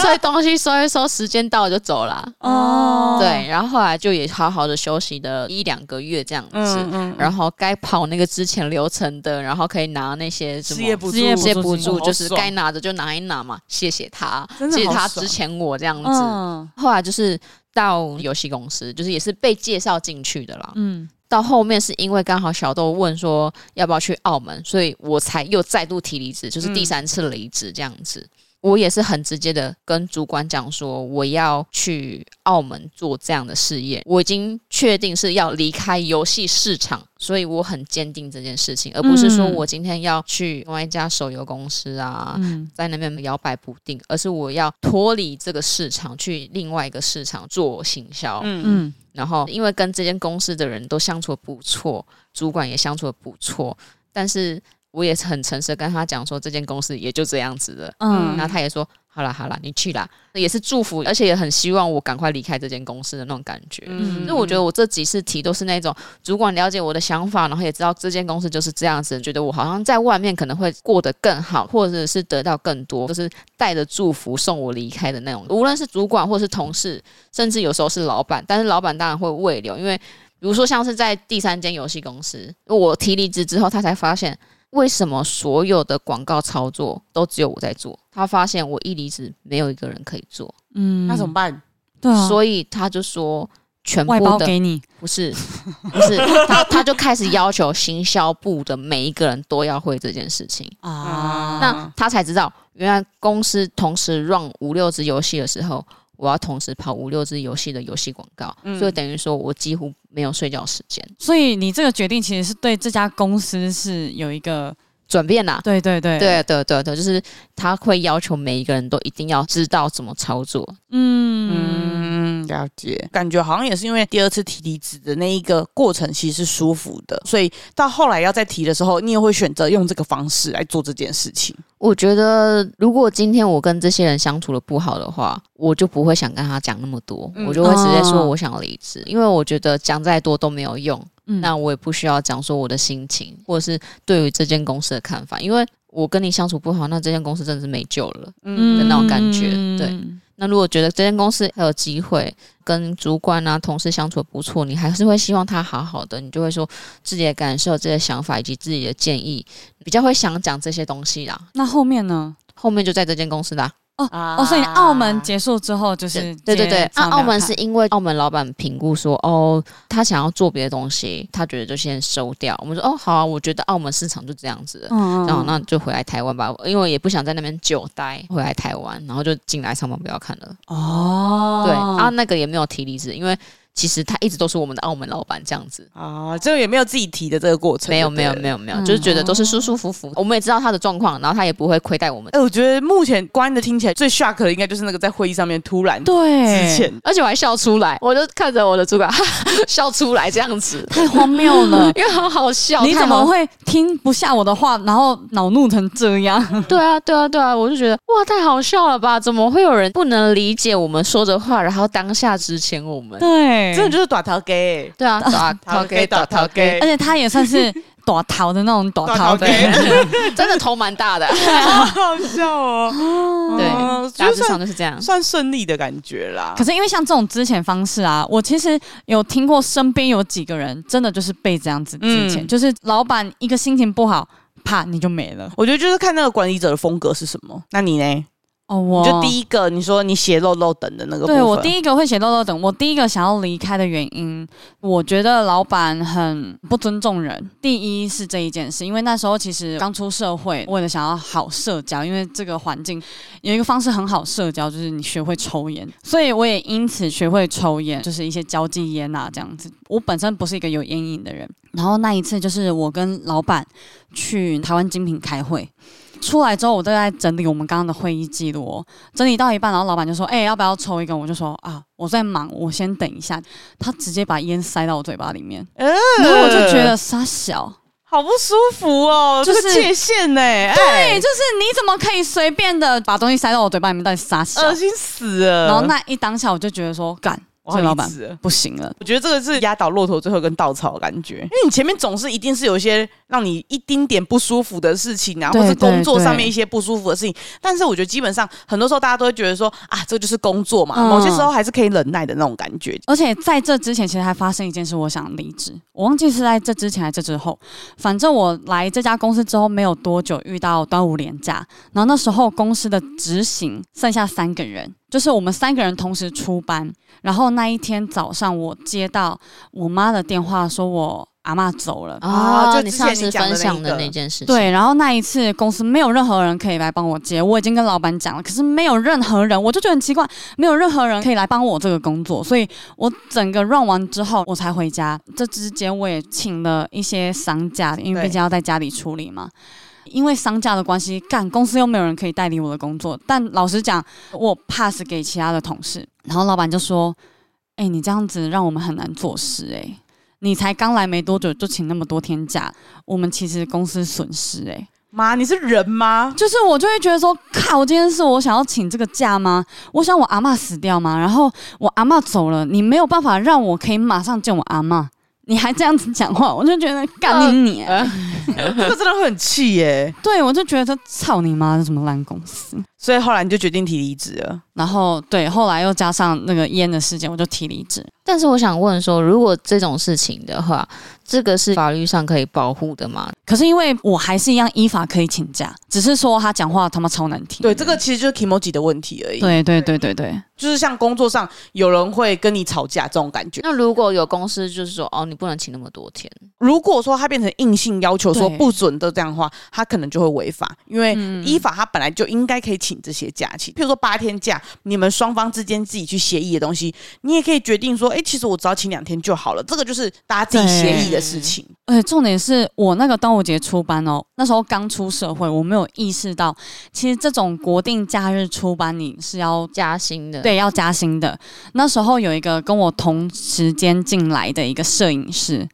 [SPEAKER 2] 所以东西收一收，时间到了就走啦。
[SPEAKER 3] 嗯
[SPEAKER 1] 哦
[SPEAKER 2] 对，然后后来就也好好的休息了一两个月这样子，
[SPEAKER 3] 嗯嗯，
[SPEAKER 2] 然后该跑那个之前流程的，然后可以拿那些什
[SPEAKER 3] 事
[SPEAKER 2] 么
[SPEAKER 3] 业补助
[SPEAKER 1] 事业
[SPEAKER 2] 事业
[SPEAKER 1] 助
[SPEAKER 2] 补助，
[SPEAKER 3] 金
[SPEAKER 2] 就是
[SPEAKER 3] 好爽
[SPEAKER 2] 该拿的就拿一拿嘛，谢谢他，
[SPEAKER 3] 真的
[SPEAKER 2] 谢谢
[SPEAKER 3] 好
[SPEAKER 2] 他
[SPEAKER 3] 爽
[SPEAKER 2] 之前我这样子。
[SPEAKER 1] 嗯
[SPEAKER 2] 后来就是到游戏公司，就是也是被介绍进去的啦。
[SPEAKER 1] 嗯，
[SPEAKER 2] 到后面是因为刚好小豆问说要不要去澳门，所以我才又再度提离职，就是
[SPEAKER 1] 嗯
[SPEAKER 2] 第三次离职这样子。我也是很直接的跟主管讲说，我要去澳门做这样的事业，我已经确定是要离开游戏市场，所以我很坚定这件事情，而不是说
[SPEAKER 1] 嗯
[SPEAKER 2] 我今天要去另外一家手游公司啊，
[SPEAKER 1] 嗯
[SPEAKER 2] 在那边摇摆不定，而是我要脱离这个市场，去另外一个市场做行销。
[SPEAKER 3] 嗯
[SPEAKER 1] 嗯
[SPEAKER 2] 然后因为跟这间公司的人都相处得不错，主管也相处得不错，但是我也很诚实地跟他讲说，这间公司也就这样子了。
[SPEAKER 1] 嗯
[SPEAKER 2] 然后他也说，好啦好啦，你去啦，也是祝福，而且也很希望我赶快离开这间公司的那种感觉。
[SPEAKER 1] 嗯
[SPEAKER 2] 所以我觉得我这几次提都是那种主管了解我的想法，然后也知道这间公司就是这样子，觉得我好像在外面可能会过得更好，或者是得到更多，就是带着祝福送我离开的那种。无论是主管或是同事，甚至有时候是老板，但是老板当然会慰留，因为比如说像是在第三间游戏公司，我提离职之后，他才发现。为什么所有的广告操作都只有我在做？他发现我一离职，没有一个人可以做，
[SPEAKER 1] 嗯，
[SPEAKER 3] 那怎么办？
[SPEAKER 1] 对啊？
[SPEAKER 2] 所以他就说全部
[SPEAKER 1] 外包
[SPEAKER 2] 的
[SPEAKER 1] 给你，
[SPEAKER 2] 不是，不是，他他就开始要求行销部的每一个人都要会这件事情。
[SPEAKER 1] 啊，
[SPEAKER 2] 那他才知道，原来公司同时 run 五六支游戏的时候，我要同时跑五六支游戏的游戏广告，
[SPEAKER 3] 嗯
[SPEAKER 2] 所以等于说我几乎没有睡觉时间。
[SPEAKER 1] 所以你这个决定其实是对这家公司是有一个，
[SPEAKER 2] 转变啦，
[SPEAKER 1] 对对对，
[SPEAKER 2] 啊对对对对，就是他会要求每一个人都一定要知道怎么操作。
[SPEAKER 1] 嗯，
[SPEAKER 3] 嗯，了解。感觉好像也是因为第二次提离职的那一个过程其实是舒服的，所以到后来要再提的时候，你也会选择用这个方式来做这件事情。
[SPEAKER 2] 我觉得，如果今天我跟这些人相处的不好的话，我就不会想跟他讲那么多，
[SPEAKER 3] 嗯
[SPEAKER 2] 我就会直接说
[SPEAKER 1] 哦
[SPEAKER 2] 我想离职，因为我觉得讲再多都没有用。
[SPEAKER 1] 嗯
[SPEAKER 2] 那我也不需要讲说我的心情，或者是对于这间公司的看法，因为我跟你相处不好，那这间公司真的是没救了。
[SPEAKER 3] 嗯，
[SPEAKER 2] 的那种感觉对
[SPEAKER 1] 嗯
[SPEAKER 2] 那如果觉得这间公司还有机会跟主管啊、同事相处得不错，你还是会希望他好好的，你就会说自己的感受、自己的想法以及自己的建议，比较会想讲这些东西啦。
[SPEAKER 1] 那后面呢？
[SPEAKER 2] 后面就在这间公司啦。
[SPEAKER 3] 啊
[SPEAKER 1] 哦，所以你澳门结束之后就是
[SPEAKER 2] 对对对
[SPEAKER 1] 接，
[SPEAKER 2] 啊，
[SPEAKER 1] 长
[SPEAKER 2] 澳
[SPEAKER 1] 表
[SPEAKER 2] 门
[SPEAKER 1] 看
[SPEAKER 2] 是因为澳门老板评估说，哦，他想要做别的东西，他觉得就先收掉。我们说，哦，好啊，我觉得澳门市场就这样子了。
[SPEAKER 1] 嗯，嗯
[SPEAKER 2] 然后那就回来台湾吧，因为我也不想在那边久待，回来台湾，然后就进来上班不要看了。
[SPEAKER 1] 哦，
[SPEAKER 2] 对，啊，，那个也没有提离职，因为其实他一直都是我们的澳门老板这样子，
[SPEAKER 3] 啊，这个也没有自己提的这个过程，
[SPEAKER 2] 没有没有
[SPEAKER 3] 有。
[SPEAKER 2] 没有没有，
[SPEAKER 1] 嗯
[SPEAKER 2] 就是觉得都是舒舒服服，我们也知道他的状况，然后他也不会亏待我们。
[SPEAKER 3] 哎、我觉得目前关的听起来最 shock 的应该就是那个在会议上面突然之
[SPEAKER 1] 对，
[SPEAKER 3] 前，
[SPEAKER 2] 而且我还笑出来，我就看着我的主管笑出来这样子，。
[SPEAKER 1] 太荒谬了
[SPEAKER 2] 因为好好笑。
[SPEAKER 1] 你
[SPEAKER 2] 太
[SPEAKER 1] 怎么
[SPEAKER 2] 好
[SPEAKER 1] 会听不下我的话，然后恼怒成这 样？
[SPEAKER 2] 对啊，对啊，对啊，我就觉得哇，太好笑了吧？怎么会有人不能理解我们说的话，然后当下支遣我们？
[SPEAKER 1] 对，
[SPEAKER 3] 真的就是短桃 gay，
[SPEAKER 2] 对啊，打
[SPEAKER 3] 桃 gay 打桃 gay，
[SPEAKER 1] 而且他也算是 躲逃的那种躲
[SPEAKER 3] 短
[SPEAKER 1] 逃
[SPEAKER 3] 桃
[SPEAKER 1] 的
[SPEAKER 3] gay，
[SPEAKER 2] 真的头蛮大的。
[SPEAKER 3] 好好笑哦，
[SPEAKER 2] 对
[SPEAKER 3] 哦，
[SPEAKER 2] 大
[SPEAKER 3] 就
[SPEAKER 2] 致上
[SPEAKER 3] 算
[SPEAKER 2] 就是这样。
[SPEAKER 3] 算顺利的感觉啦
[SPEAKER 1] 可。是因为像这种之前方式啊，我其实有听过身边有几个人真的就是被这样子之前，
[SPEAKER 3] 嗯
[SPEAKER 1] 就是老板一个心情不好，啪你就没了。
[SPEAKER 3] 我觉得就是看那个管理者的风格是什么。那你呢？
[SPEAKER 1] 哦，我
[SPEAKER 3] 你就第一个，你说你写漏漏等的那个部分，
[SPEAKER 1] 对我第一个会写漏漏等，我第一个想要离开的原因，我觉得老板很不尊重人。第一是这一件事，因为那时候其实刚出社会，为了想要好社交，因为这个环境有一个方式很好社交，就是你学会抽烟，所以我也因此学会抽烟，就是一些交际烟啊这样子。我本身不是一个有烟瘾的人，然后那一次就是我跟老板去台湾精品开会。出来之后，我都在整理我们刚刚的会议记录、哦。整理到一半，然后老板就说：“哎、要不要抽一根？”我就说：“啊，我在忙，我先等一下。”他直接把烟塞到我嘴巴里面，
[SPEAKER 3] 呃，
[SPEAKER 1] 然后我就觉得傻小，
[SPEAKER 3] 好不舒服哦，
[SPEAKER 1] 就是
[SPEAKER 3] 这个界限呢、欸，
[SPEAKER 1] 对，
[SPEAKER 3] 哎，
[SPEAKER 1] 就是你怎么可以随便的把东西塞到我嘴巴里面？到底傻小
[SPEAKER 3] 啊恶？心死了。
[SPEAKER 1] 然后那一当下我就觉得说，干，
[SPEAKER 3] 我好
[SPEAKER 1] 这老板
[SPEAKER 3] 离职了
[SPEAKER 1] 不行了。
[SPEAKER 3] 我觉得这个是压倒骆驼最后一根稻草的感觉，因为你前面总是一定是有一些让你一丁点不舒服的事情啊，
[SPEAKER 1] 对
[SPEAKER 3] 或是工作
[SPEAKER 1] 对
[SPEAKER 3] 上
[SPEAKER 1] 对
[SPEAKER 3] 面一些不舒服的事情。但是我觉得基本上很多时候大家都会觉得说啊，这就是工作嘛，
[SPEAKER 1] 嗯
[SPEAKER 3] 某些时候还是可以忍耐的那种感觉。
[SPEAKER 1] 而且在这之前，其实还发生一件事，我想离职。我忘记是在这之前还是这之后。反正我来这家公司之后没有多久，遇到端午连假，然后那时候公司的执行剩下三个人，就是我们三个人同时出班。然后那一天早上，我接到我妈的电话，说我阿嬷走了。
[SPEAKER 3] 啊就
[SPEAKER 2] 哦你
[SPEAKER 3] 之
[SPEAKER 2] 上
[SPEAKER 3] 前你
[SPEAKER 2] 次
[SPEAKER 3] 讲的
[SPEAKER 2] 分
[SPEAKER 3] 那
[SPEAKER 2] 享
[SPEAKER 3] 一
[SPEAKER 2] 的
[SPEAKER 3] 个
[SPEAKER 2] 那件事情，
[SPEAKER 1] 对，然后那一次公司没有任何人可以来帮我接，我已经跟老板讲了，可是没有任何人，我就觉得很奇怪，没有任何人可以来帮我这个工作，所以我整个 run 完之后我才回家。这之间我也请了一些丧假，因为
[SPEAKER 3] 对
[SPEAKER 1] 毕竟要在家里处理嘛。因为丧假的关系，干公司又没有人可以代理我的工作，但老实讲，我 pass 给其他的同事，然后老板就说：“哎、你这样子让我们很难做事、欸，哎，你才刚来没多久就请那么多天假，我们其实公司损失哎、欸
[SPEAKER 3] 妈，你是人吗？
[SPEAKER 1] 就是我就会觉得说，靠，今天是我想要请这个假吗？我想我阿嬷死掉吗？然后我阿嬷走了，你没有办法让我可以马上见我阿嬷，你还这样子讲话，我就觉得干你你、
[SPEAKER 3] 呃这个真的会很气耶、
[SPEAKER 1] 对我就觉得操你妈，这什么烂公司？
[SPEAKER 3] 所以后来你就决定提离职了。
[SPEAKER 1] 然后对，后来又加上那个烟的事件，我就提离职。
[SPEAKER 2] 但是我想问说，如果这种事情的话，这个是法律上可以保护的吗？
[SPEAKER 1] 可是因为我还是一样依法可以请假，只是说他讲话他妈超难听。
[SPEAKER 3] 对，这个其实就是 emoji 的问题而已。，
[SPEAKER 1] 对对对对对，
[SPEAKER 3] 就是像工作上有人会跟你吵架这种感觉。
[SPEAKER 2] 那如果有公司就是说，哦，你不能请那么多天，
[SPEAKER 3] 如果说他变成硬性要求说
[SPEAKER 1] 对嗯
[SPEAKER 3] 不准的这样的话，他可能就会违法，因为依法他本来就应该可以请这些假期，譬如说八天假，你们双方之间自己去协议的东西，你也可以决定说，哎、其实我只要请两天就好了，这个就是大家自己协议的事情。
[SPEAKER 1] 而且哎重点是我那个端午节出班哦，那时候刚出社会，我没有意识到，其实这种国定假日出班你是要
[SPEAKER 2] 加薪的，，
[SPEAKER 1] 对要加薪的。那时候有一个跟我同时间进来的一个摄影师，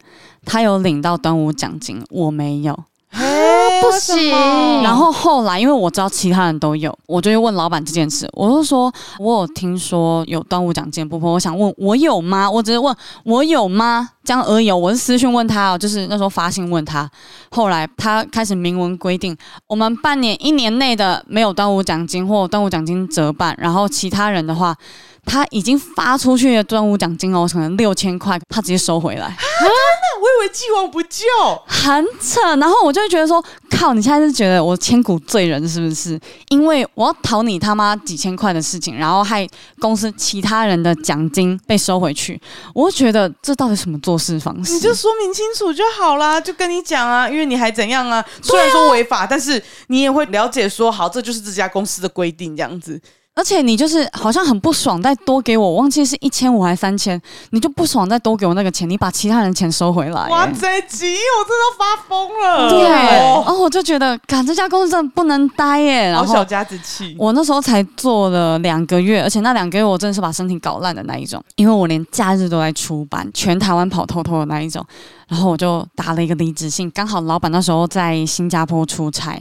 [SPEAKER 1] 他有领到端午奖金，我没有。
[SPEAKER 3] 哎
[SPEAKER 2] 不
[SPEAKER 3] 为什么
[SPEAKER 2] 行
[SPEAKER 1] 然后后来，因为我知道其他人都有，我就去问老板这件事。我就说，我有听说有端午奖金的部分，我想问我有吗？我只是问我有吗？这样而已哦。我是私讯问他哦，就是那时候发信问他。后来他开始明文规定，我们半年、一年内的没有端午奖金或端午奖金折半，然后其他人的话。他已经发出去的端午奖金哦，可能六千块，他直接收回来，
[SPEAKER 3] 哎我以为既往不咎，
[SPEAKER 1] 很扯。然后我就会觉得说，靠，你现在是觉得我千古罪人是不是？因为我要讨你他妈几千块的事情，然后害公司其他人的奖金被收回去，我就觉得这到底什么做事方式？
[SPEAKER 3] 你就说明清楚就好 啦，就跟你讲啊，因为你还怎样啊？虽然说违法，但是你也会了解说，好，这就是这家公司的规定这样子。
[SPEAKER 1] 而且你就是好像很不爽，再多给我，我忘记是一千五还是三千，你就不爽再多给我那个钱，你把其他人钱收回来、
[SPEAKER 3] 哇，
[SPEAKER 1] 欸
[SPEAKER 3] 这一集我真的要发疯了，
[SPEAKER 1] 对，
[SPEAKER 3] 哦
[SPEAKER 1] 然后我就觉得，干这家公司真的不能待耶、然
[SPEAKER 3] 好
[SPEAKER 1] 后
[SPEAKER 3] 小家子气。
[SPEAKER 1] 我那时候才做了两个月，而且那两个月我真的是把身体搞烂的那一种，因为我连假日都在出班，全台湾跑透透的那一种。然后我就打了一个离职信，刚好老板那时候在新加坡出差，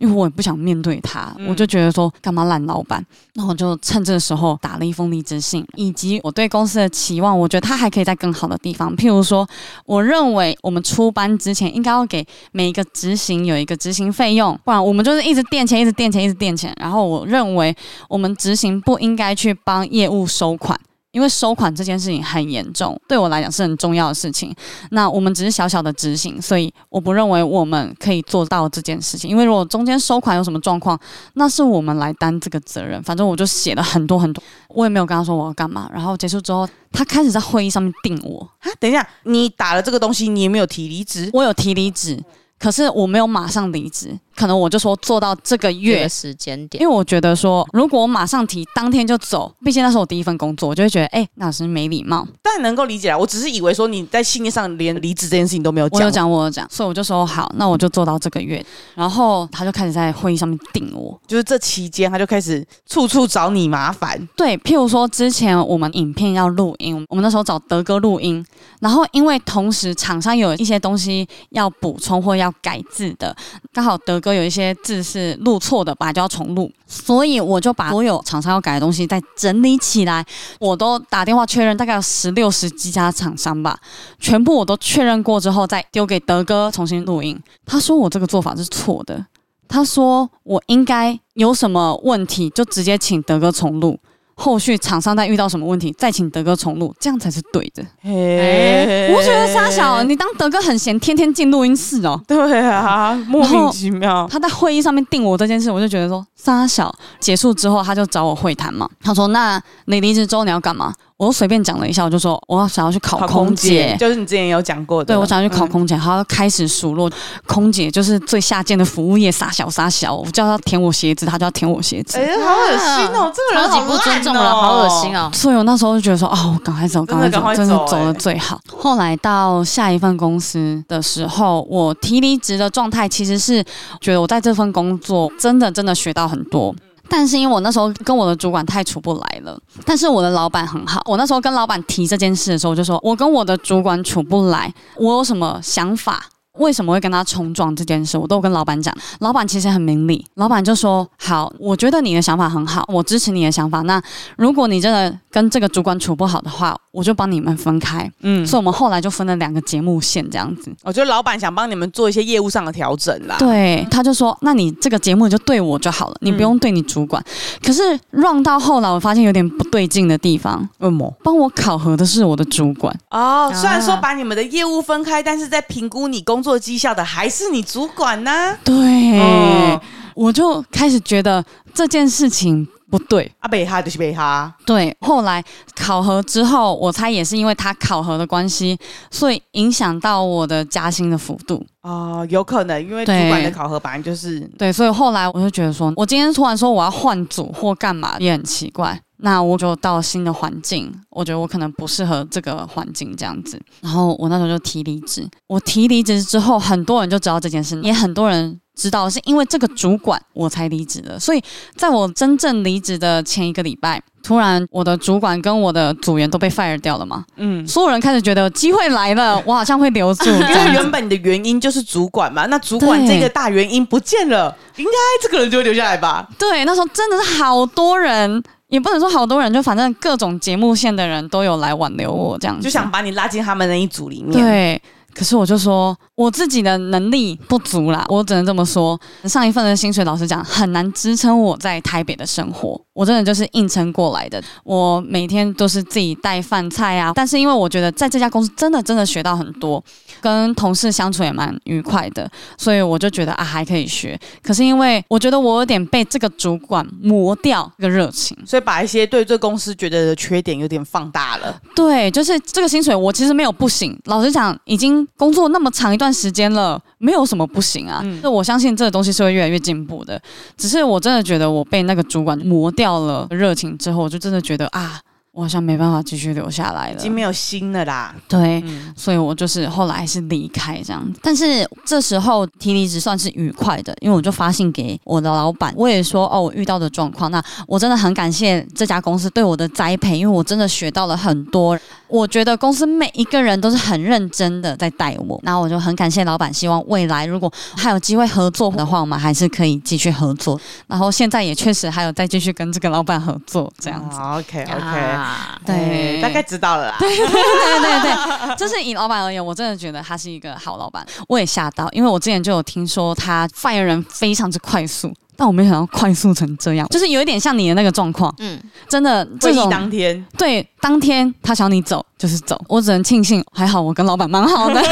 [SPEAKER 1] 因为我也不想面对他，
[SPEAKER 3] 嗯
[SPEAKER 1] 我就觉得说干嘛懒老板，那我就趁这个时候打了一封离职信，以及我对公司的期望，我觉得他还可以在更好的地方，譬如说，我认为我们出班之前应该要给每一个执行有一个执行费用，不然我们就是一直垫钱，一直垫钱，一直垫钱。然后我认为我们执行不应该去帮业务收款。因为收款这件事情很严重，对我来讲是很重要的事情。那我们只是小小的执行，所以我不认为我们可以做到这件事情。因为如果中间收款有什么状况，那是我们来担这个责任。反正我就写了很多很多，我也没有跟他说我要干嘛。然后结束之后，他开始在会议上面定我，
[SPEAKER 3] 啊，等一下，你打了这个东西，你也没有提离职，
[SPEAKER 1] 我有提离职，可是我没有马上离职，可能我就说做到这个
[SPEAKER 2] 这
[SPEAKER 1] 月
[SPEAKER 2] 个，时间点
[SPEAKER 1] 因为我觉得说，如果我马上提，当天就走，毕竟那是我第一份工作，我就会觉得，哎、那是没礼貌。
[SPEAKER 3] 但能够理解啊。我只是以为说你在信念上连离职这件事情都没有
[SPEAKER 1] 我有
[SPEAKER 3] 讲，
[SPEAKER 1] 讲，我有讲，所以我就说好，那我就做到这个月。然后他就开始在会议上面定我，
[SPEAKER 3] 就是这期间他就开始处处找你麻烦。
[SPEAKER 1] 对，譬如说之前我们影片要录音，我们那时候找德哥录音，然后因为同时厂商有一些东西要补充或要改字的，刚好德歌有一些字是录错的，把它就要重录，所以我就把所有厂商要改的东西再整理起来，我都打电话确认，大概有十六十几家厂商吧，全部我都确认过之后，再丢给德哥重新录音。他说我这个做法是错的，他说我应该有什么问题就直接请德哥重录，后续厂商再遇到什么问题再请德哥重录，这样才是对的。
[SPEAKER 3] 嘿
[SPEAKER 1] 我觉得沙小，你当德哥很闲，天天进录音室哦。
[SPEAKER 3] 对啊，莫名其妙。
[SPEAKER 1] 他在会议上面定我这件事，我就觉得说沙小结束之后，他就找我会谈嘛。他说：“那你离职之后你要干嘛？”我就随便讲了一下，我就说我要想要去考哦空姐。
[SPEAKER 3] 就是你之前有讲过的，
[SPEAKER 1] 对，我想要去考
[SPEAKER 3] 嗯
[SPEAKER 1] 空姐，他要开始数落空姐就是最下贱的服务业，傻小傻小。我叫他舔我鞋子，他就要舔我鞋子。
[SPEAKER 3] 哎、好恶心哦、这个人
[SPEAKER 2] 啊超级不尊重了，好恶心
[SPEAKER 3] 啊！
[SPEAKER 2] 哦！
[SPEAKER 1] 所以我那时候就觉得说，哦，赶快走，
[SPEAKER 3] 真
[SPEAKER 1] 赶
[SPEAKER 3] 的
[SPEAKER 1] 快
[SPEAKER 3] 赶快
[SPEAKER 1] 走，真的
[SPEAKER 3] 走
[SPEAKER 1] 走
[SPEAKER 3] 欸
[SPEAKER 1] 的最好。后来到下一份公司的时候，我提离职的状态其实是觉得我在这份工作真的真的学到很多。但是因为我那时候跟我的主管太处不来了，但是我的老板很好。我那时候跟老板提这件事的时候，我就说我跟我的主管处不来，我有什么想法，为什么会跟他冲撞这件事，我都有跟老板讲。老板其实很明理，老板就说：“好，我觉得你的想法很好，我支持你的想法。那如果你真的跟这个主管处不好的话，我就帮你们分开。
[SPEAKER 3] 嗯，
[SPEAKER 1] 所以我们后来就分了两个节目线这样子。
[SPEAKER 3] 我觉得老板想帮你们做一些业务上的调整啦。
[SPEAKER 1] 对，他就说：“那你这个节目就对我就好了，你不用对你主管。可是 run 到后来，我发现有点不对劲的地方，
[SPEAKER 3] 恶魔
[SPEAKER 1] 帮我考核的是我的主管。
[SPEAKER 3] 哦，虽然说
[SPEAKER 2] 啊
[SPEAKER 3] 把你们的业务分开，但是在评估你工作绩效的还是你主管呢、
[SPEAKER 1] 对，
[SPEAKER 3] 嗯
[SPEAKER 1] 我就开始觉得这件事情不对。
[SPEAKER 3] 啊，被他就是被他，
[SPEAKER 1] 对，后来考核之后，我猜也是因为他考核的关系，所以影响到我的加薪的幅度。
[SPEAKER 3] 哦，有可能因为主
[SPEAKER 1] 对
[SPEAKER 3] 管的考核本来就是
[SPEAKER 1] 对，所以后来我就觉得说，我今天突然说我要换组或干嘛也很奇怪。那我就到新的环境，我觉得我可能不适合这个环境这样子。然后我那时候就提离职。我提离职之后，很多人就知道这件事，也很多人知道是因为这个主管我才离职的。所以在我真正离职的前一个礼拜，突然我的主管跟我的组员都被 fire 掉了嘛，
[SPEAKER 3] 嗯。
[SPEAKER 1] 所有人开始觉得机会来了，我好像会留住。
[SPEAKER 3] 因
[SPEAKER 1] 这样
[SPEAKER 3] 为
[SPEAKER 1] 子
[SPEAKER 3] 原本你的原因就是主管嘛，那主管这个大原因不见了，应该这个人就会留下来吧？
[SPEAKER 1] 对，那时候真的是好多人，也不能说好多人，就反正各种节目线的人都有来挽留我，这样子
[SPEAKER 3] 就想把你拉进他们那一组里面。
[SPEAKER 1] 对。可是我就说我自己的能力不足啦，我只能这么说。上一份的薪水，老实讲很难支撑我在台北的生活，我真的就是硬撑过来的。我每天都是自己带饭菜啊，但是因为我觉得在这家公司真的真的学到很多，跟同事相处也蛮愉快的，所以我就觉得啊还可以学。可是因为我觉得我有点被这个主管磨掉这个热情，
[SPEAKER 3] 所以把一些对这公司觉得的缺点有点放大 了。
[SPEAKER 1] 对，就是这个薪水，我其实没有不行。老实讲，已经工作那么长一段时间了，没有什么不行啊。那、我相信这个东西是会越来越进步的。只是我真的觉得我被那个主管磨掉了热情之后，我就真的觉得啊，我好像没办法继续留下来
[SPEAKER 3] 已
[SPEAKER 1] 了。
[SPEAKER 3] 经没有心了啦。
[SPEAKER 1] 对，
[SPEAKER 3] 嗯，
[SPEAKER 1] 所以我就是后来还是离开这样子。但是这时候提离职算是愉快的，因为我就发信给我的老板，我也说哦，我遇到的状况，那我真的很感谢这家公司对我的栽培，因为我真的学到了很多。我觉得公司每一个人都是很认真的在带我，那我就很感谢老板，希望未来如果还有机会合作的话，我们还是可以继续合作。然后现在也确实还有再继续跟这个老板合作这
[SPEAKER 3] 嗯
[SPEAKER 1] 样子。
[SPEAKER 3] OK OK，、
[SPEAKER 2] 啊
[SPEAKER 1] 对
[SPEAKER 3] 哎哦大概知道了啦。
[SPEAKER 1] 对 对对，就是以老板而言，我真的觉得他是一个好老板。我也吓到，因为我之前就有听说他 fire 人非常之快速，但我没想到快速成这样，就是有一点像你的那个状况，
[SPEAKER 2] 嗯，
[SPEAKER 1] 真的
[SPEAKER 3] 会
[SPEAKER 1] 这
[SPEAKER 3] 议
[SPEAKER 1] 种
[SPEAKER 3] 当天，
[SPEAKER 1] 对当天他想你走就是走，我只能庆幸还好我跟老板蛮好 的。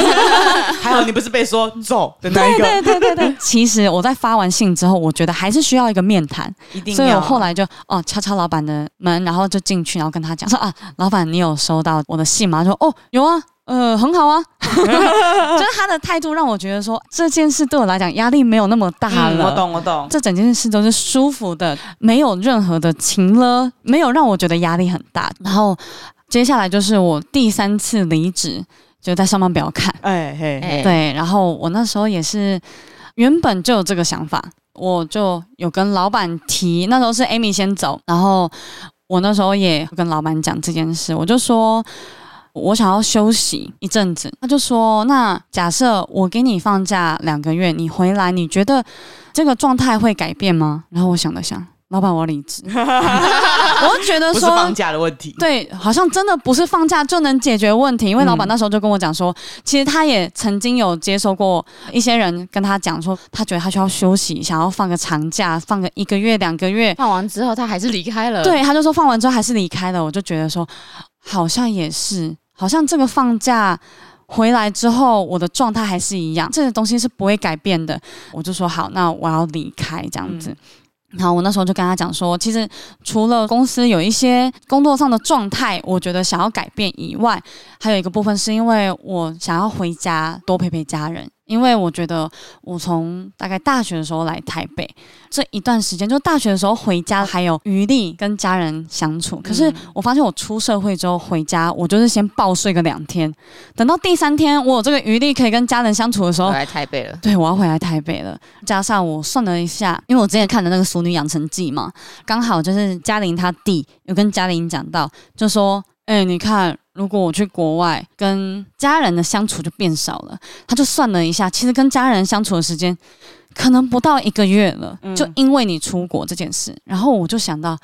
[SPEAKER 3] 还好你不是被说走的那一 个，
[SPEAKER 1] 对对对对，其实我在发完信之后，我觉得还是需要一个面谈。
[SPEAKER 3] 一定要。
[SPEAKER 1] 所以我后来就哦敲敲老板的门，然后就进去，然后跟他讲说啊，老板你有收到我的信吗？他说哦有啊。呃，很好啊， 就是他的态度让我觉得说这件事对我来讲压力没有那么大
[SPEAKER 3] 嗯，
[SPEAKER 1] 了。
[SPEAKER 3] 我懂我懂。
[SPEAKER 1] 这整件事都是舒服的，没有任何的情了，没有让我觉得压力很大。然后接下来就是我第三次离职，就在上班表看。
[SPEAKER 3] 哎嘿嘿，
[SPEAKER 2] 哎，
[SPEAKER 1] 对，然后我那时候也是原本就有这个想法，我就有跟老板提，那时候是 Amy 先走，然后我那时候也跟老板讲这件事，我就说。我想要休息一阵子。他就说，那假设我给你放假两个月，你回来，你觉得这个状态会改变吗？然后我想了想，老板，我离职。我就觉得
[SPEAKER 3] 不是
[SPEAKER 1] 说
[SPEAKER 3] 放，假的问题。
[SPEAKER 1] 对，好像真的不是放假就能解决问题，因为老板那时候就跟我讲说，其实他也曾经有接受过一些人跟他讲说，他觉得他需要休息，想要放个长假，放个一个月、两个月。
[SPEAKER 2] 放完之后他还是离开了。
[SPEAKER 1] 对，他就说放完之后还是离开了，我就觉得说，好像也是，好像这个放假。回来之后，我的状态还是一样，这个东西是不会改变的。我就说好，那我要离开这样子。然后我那时候就跟他讲说，其实除了公司有一些工作上的状态，我觉得想要改变以外，还有一个部分是因为我想要回家多陪陪家人。因为我觉得我从大概大学的时候来台北这一段时间，就大学的时候回家还有余力跟家人相处。可是我发现我出社会之后回家，我就是先暴睡个两天，等到第三天我有这个余力可以跟家人相处的时
[SPEAKER 2] 我
[SPEAKER 1] 候，
[SPEAKER 2] 来台北了。
[SPEAKER 1] 对，我要回来台北了。加上我算了一下，因为我之前看的那个《熟女养成记》嘛，刚好就是嘉玲她弟有跟嘉玲讲到，就说：“哎、你看，如果我去国外，跟家人的相处就变少了。”他就算了一下，其实跟家人相处的时间可能不到一个月了，
[SPEAKER 3] 嗯
[SPEAKER 1] 就因为你出国这件事。然后我就想到，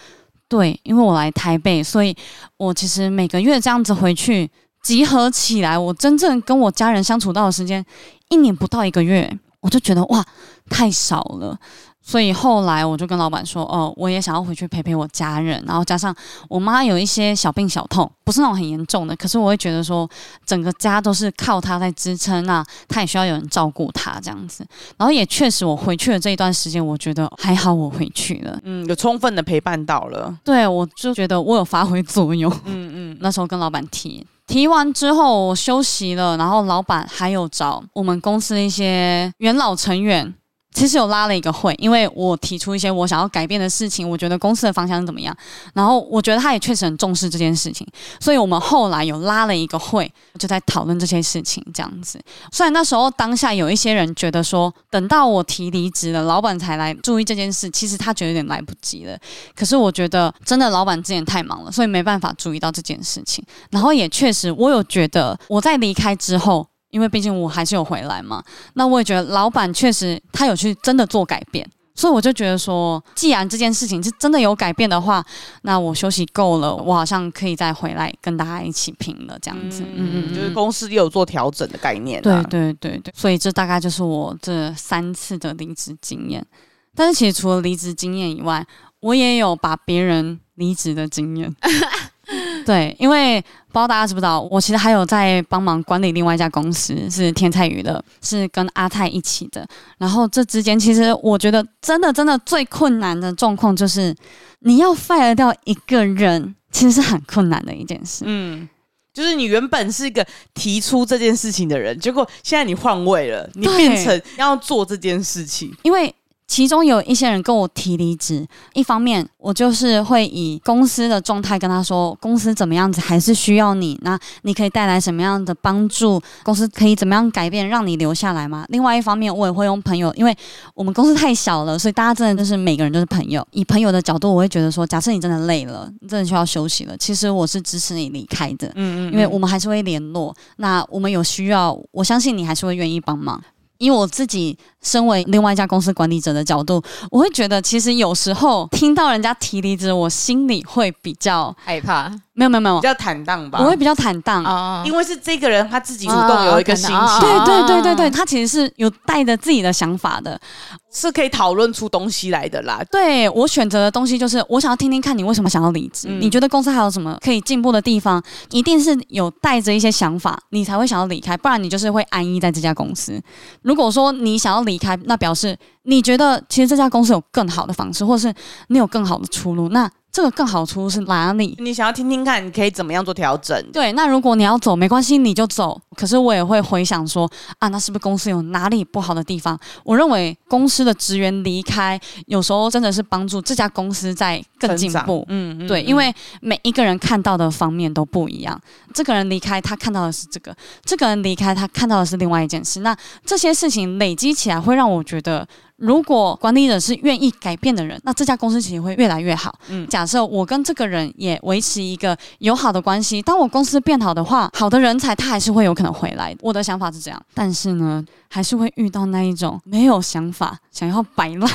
[SPEAKER 1] 对，因为我来台北，所以我其实每个月这样子回去。集合起来，我真正跟我家人相处到的时间一年不到一个月，我就觉得哇，太少了。所以后来我就跟老板说，哦，我也想要回去陪陪我家人，然后加上我妈有一些小病小痛，不是那种很严重的，可是我会觉得说，整个家都是靠她在支撑啊，她也需要有人照顾她这样子。然后也确实，我回去的这一段时间，我觉得还好，我回去了，
[SPEAKER 3] 嗯，有充分的陪伴到了。
[SPEAKER 1] 对我就觉得我有发挥作用。
[SPEAKER 3] 嗯嗯，
[SPEAKER 1] 那时候跟老板提，提完之后我休息了，然后老板还有找我们公司一些元老成员。其实有拉了一个会，因为我提出一些我想要改变的事情，我觉得公司的方向是怎么样，然后我觉得他也确实很重视这件事情，所以我们后来有拉了一个会，就在讨论这些事情这样子。虽然那时候当下有一些人觉得说，等到我提离职了，老板才来注意这件事，其实他觉得有点来不及了，可是我觉得真的老板之前太忙了，所以没办法注意到这件事情。然后也确实，我有觉得我在离开之后。因为毕竟我还是有回来嘛，那我也觉得老板确实他有去真的做改变，所以我就觉得说，既然这件事情是真的有改变的话，那我休息够了，我好像可以再回来跟大家一起拼了，这样子。嗯嗯，嗯
[SPEAKER 3] 就是公司也有做调整的概念、啊
[SPEAKER 1] 对，对对对，所以这大概就是我这三次的离职经验。但是其实除了离职经验以外，我也有把别人离职的经验。对，因为不知道大家知不知道，我其实还有在帮忙管理另外一家公司，是天菜娱乐，是跟阿泰一起的。然后这之间，其实我觉得真的真的最困难的状况就是，你要 fire 掉一个人，其实是很困难的一件事。
[SPEAKER 3] 嗯。就是你原本是一个提出这件事情的人，结果现在你换位了，你
[SPEAKER 1] 对
[SPEAKER 3] 变成要做这件事情。
[SPEAKER 1] 因为其中有一些人跟我提离职，一方面我就是会以公司的状态跟他说，公司怎么样子还是需要你，那你可以带来什么样的帮助，公司可以怎么样改变，让你留下来嘛。另外一方面，我也会用朋友，因为我们公司太小了，所以大家真的就是每个人都是朋友。以朋友的角度，我会觉得说，假设你真的累了，你真的需要休息了，其实我是支持你离开的。
[SPEAKER 3] 嗯
[SPEAKER 1] 因为我们还是会联络。那我们有需要，我相信你还是会愿意帮忙。因为我自己身为另外一家公司管理者的角度，我会觉得其实有时候听到人家提离职，我心里会比较
[SPEAKER 2] 害怕
[SPEAKER 1] 没有没有没有
[SPEAKER 3] 比，较坦荡吧
[SPEAKER 1] 我，会比较坦荡。
[SPEAKER 2] 啊
[SPEAKER 3] 因为是这个人他自己主动有一个心
[SPEAKER 2] 啊
[SPEAKER 3] 情，
[SPEAKER 1] 对对对对对，他其实是有带着自己的想法的。
[SPEAKER 3] 是可以讨论出东西来的啦。
[SPEAKER 1] 对我选择的东西就是，我想要听听看你为什么想要离职，
[SPEAKER 3] 嗯
[SPEAKER 1] 你觉得公司还有什么可以进步的地方？一定是有带着一些想法，你才会想要离开，不然你就是会安逸在这家公司。如果说你想要离开，那表示你觉得其实这家公司有更好的方式，或是你有更好的出路。那这个更好的出路是哪里？
[SPEAKER 3] 你想要听听看，你可以怎么样做调整？
[SPEAKER 1] 对，那如果你要走，没关系，你就走。可是我也会回想说，啊，那是不是公司有哪里不好的地方？我认为公司的职员离开，有时候真的是帮助这家公司在更进
[SPEAKER 3] 成长
[SPEAKER 1] 步。
[SPEAKER 3] 嗯，嗯
[SPEAKER 1] 对，
[SPEAKER 3] 嗯
[SPEAKER 1] 因为每一个人看到的方面都不一样。这个人离开，他看到的是这个；这个人离开，他看到的是另外一件事。那这些事情累积起来，会让我觉得，如果管理者是愿意改变的人，那这家公司其实会越来越好。
[SPEAKER 3] 嗯
[SPEAKER 1] 假设我跟这个人也维持一个友好的关系，当我公司变好的话，好的人才他还是会有可能回来。我的想法是这样，但是呢，还是会遇到那一种没有想法、想要摆 烂，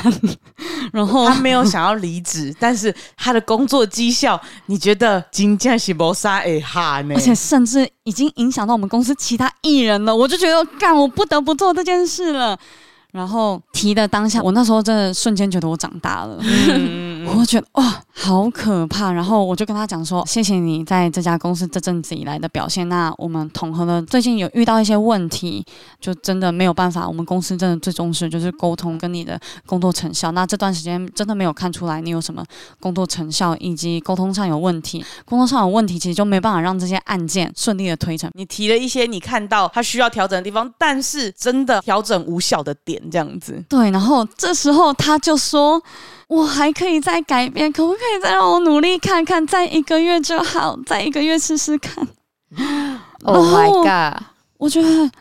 [SPEAKER 1] 然后
[SPEAKER 3] 他没有想要离职，但是他的工作绩效，你觉得金价是谋杀诶哈呢？
[SPEAKER 1] 而且甚至已经影响到我们公司其他艺人了，我就觉得干，我不得不做这件事了。然后提的当下，我那时候真的瞬间觉得我长大了。
[SPEAKER 3] 嗯，
[SPEAKER 1] 我觉得哇，好可怕。然后我就跟他讲说，谢谢你在这家公司这阵子以来的表现。那我们统合了，最近有遇到一些问题，就真的没有办法。我们公司真的最重视就是沟通跟你的工作成效。那这段时间真的没有看出来你有什么工作成效，以及沟通上有问题。工作上有问题，其实就没办法让这些案件顺利的推成。
[SPEAKER 3] 你提了一些你看到他需要调整的地方，但是真的调整无效的点，这样子。
[SPEAKER 1] 对，然后这时候他就说：“我还可以再改变，可不可以再让我努力看看，再一个月就好，再一个月试试看。
[SPEAKER 2] Oh my
[SPEAKER 1] 哦
[SPEAKER 2] god！”
[SPEAKER 1] 我觉得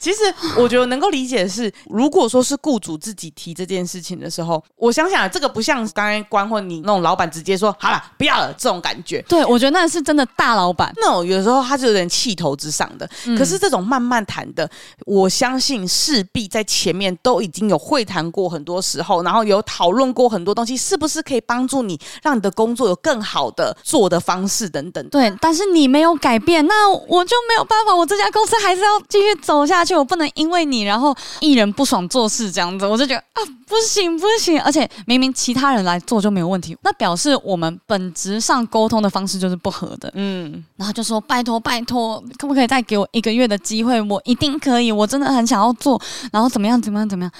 [SPEAKER 3] 其实我觉得能够理解的是，如果说是雇主自己提这件事情的时候，我想想，这个不像刚才关或你那种老板直接说好了不要了这种感觉。
[SPEAKER 1] 对，我觉得那是真的大老板。
[SPEAKER 3] 那种有时候他是有点气头之上的，
[SPEAKER 1] 嗯
[SPEAKER 3] 可是这种慢慢谈的，我相信势必在前面都已经有会谈过很多时候，然后有讨论过很多东西，是不是可以帮助你让你的工作有更好的做的方式等等的。
[SPEAKER 1] 对，但是你没有改变，那我就没有办法，我这家公司还是要继续走下去，我不能因为你然后一人不爽做事这样子，我就觉得啊，不行不行，而且明明其他人来做就没有问题，那表示我们本质上沟通的方式就是不合的。
[SPEAKER 3] 嗯，
[SPEAKER 1] 然后就说拜托拜托，可不可以再给我一个月的机会？我一定可以，我真的很想要做。然后怎么样怎么样怎么样？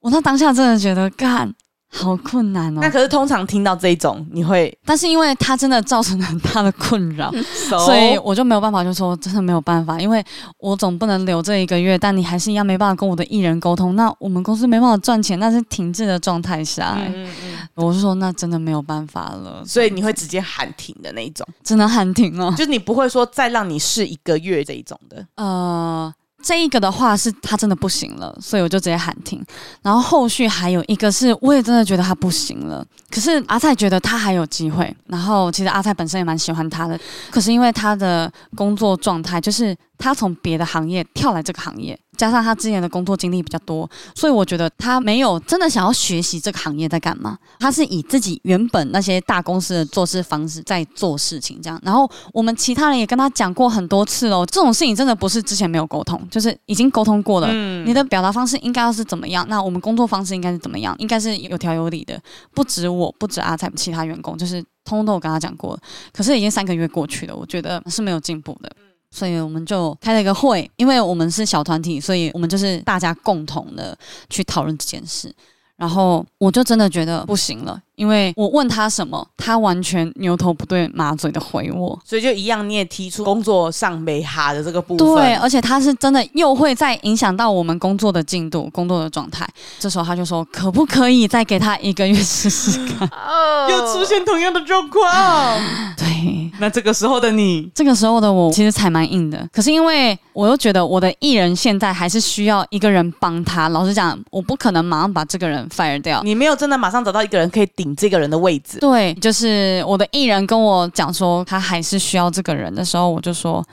[SPEAKER 1] 我那当下真的觉得干好困难哦
[SPEAKER 3] 那。可是通常听到这一种，你会
[SPEAKER 1] 但是因为他真的造成了很大的困 扰，
[SPEAKER 3] 熟
[SPEAKER 1] 所以我就没有办法，就说真的没有办法，因为我总不能留这一个月，但你还是一样没办法跟我的艺人沟通，那我们公司没办法赚钱，那是停滞的状态下、
[SPEAKER 3] 嗯
[SPEAKER 1] 欸
[SPEAKER 3] 嗯嗯
[SPEAKER 1] 我是说那真的没有办法了，
[SPEAKER 3] 所以你会直接喊停的哦那一种，
[SPEAKER 1] 只能喊停了。
[SPEAKER 3] 就是你不会说再让你试一个月这一种的。
[SPEAKER 1] 呃，这一个的话是他真的不行了，所以我就直接喊停。然后后续还有一个是，我也真的觉得他不行了。可是阿菜觉得他还有机会，然后其实阿菜本身也蛮喜欢他的，可是因为他的工作状态，就是他从别的行业跳来这个行业，加上他之前的工作经历比较多，所以我觉得他没有真的想要学习这个行业在干嘛，他是以自己原本那些大公司的做事方式在做事情这样。然后我们其他人也跟他讲过很多次喽，这种事情真的不是之前没有沟通，就是已经沟通过了。
[SPEAKER 3] 嗯
[SPEAKER 1] 你的表达方式应该要是怎么样？那我们工作方式应该是怎么样？应该是有条有理的，不止我，不止阿菜，其他员工就是通通都有跟他讲过了。可是已经三个月过去了，我觉得是没有进步的。所以我们就开了一个会，因为我们是小团体，所以我们就是大家共同的去讨论这件事。然后我就真的觉得不行了，因为我问他什么，他完全牛头不对马嘴的回我。
[SPEAKER 3] 所以就一样，你也提出工作上没哈的这个部分。
[SPEAKER 1] 对，而且他是真的又会再影响到我们工作的进度、工作的状态。这时候他就说，可不可以再给他一个月试试 看？
[SPEAKER 2] 哦
[SPEAKER 3] 又出现同样的状
[SPEAKER 1] 啊
[SPEAKER 3] 况。
[SPEAKER 1] 对，
[SPEAKER 3] 那这个时候的你，
[SPEAKER 1] 这个时候的我其实才蛮硬的，可是因为我又觉得我的艺人现在还是需要一个人帮他。老实讲，我不可能马上把这个人 fire 掉。
[SPEAKER 3] 你没有真的马上找到一个人可以顶这个人的位置。
[SPEAKER 1] 对，就是我的艺人跟我讲说他还是需要这个人的时候，我就说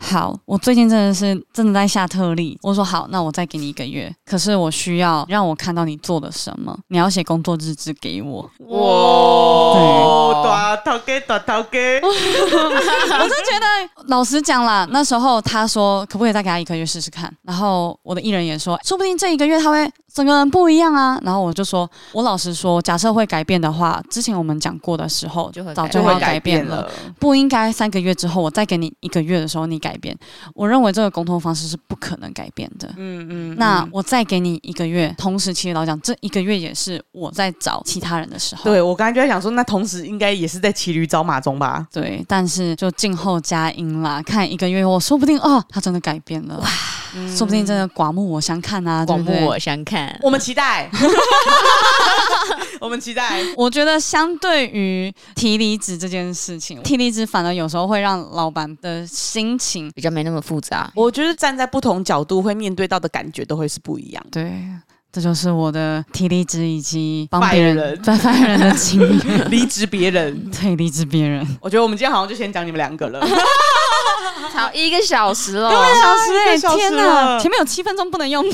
[SPEAKER 1] 好，我最近真的是真的在下特例。我说好，那我再给你一个月，可是我需要让我看到你做了什么，你要写工作日志给我。
[SPEAKER 2] 哇
[SPEAKER 3] 大头给大头给，
[SPEAKER 1] 我是觉得，老实讲啦，那时候他说可不可以再给他一个月试试看，然后我的艺人也说，说不定这一个月他会整个人不一样啊。然后我就说，我老实说，假设会改变的话，之前我们讲过的时候
[SPEAKER 2] 就会改
[SPEAKER 1] 早
[SPEAKER 2] 就
[SPEAKER 1] 就
[SPEAKER 2] 会
[SPEAKER 1] 要改变了。。不应该三个月之后，我再给你一个月的时候你改变。我认为这个沟通方式是不可能改变的。
[SPEAKER 3] 嗯嗯，
[SPEAKER 1] 那
[SPEAKER 3] 嗯
[SPEAKER 1] 我再给你一个月，同时其实老实讲这一个月也是我在找其他人的时候。
[SPEAKER 3] 对我刚才就在想说，那同时应该也是在骑驴找马中吧？
[SPEAKER 1] 对，但是就静候佳音啦，看一个月后，说不定哦，他真的改变了，说不定真的刮目我相看啊，对
[SPEAKER 2] 广
[SPEAKER 1] 不
[SPEAKER 2] 播
[SPEAKER 1] 对？
[SPEAKER 2] 我想看，
[SPEAKER 3] 我们期 待， 我们期待。
[SPEAKER 1] 我觉得相对于提离职这件事情，提离职反而有时候会让老板的心情
[SPEAKER 2] 比较没那么复杂。
[SPEAKER 3] 我觉得站在不同角度会面对到的感觉都会是不一样的。
[SPEAKER 1] 对。这就是我的体力值以及帮
[SPEAKER 3] Fire
[SPEAKER 1] 别人
[SPEAKER 3] 人
[SPEAKER 1] 在 f 人的经验，
[SPEAKER 3] 离职别人，
[SPEAKER 1] 对，励志别人。
[SPEAKER 3] 我觉得我们今天好像就先讲你们两个 了。
[SPEAKER 2] 好一个小时哦，
[SPEAKER 1] 小时
[SPEAKER 3] 一个
[SPEAKER 1] 哎，
[SPEAKER 3] 小时
[SPEAKER 1] 天
[SPEAKER 3] 了
[SPEAKER 1] 前面有七分钟不能用。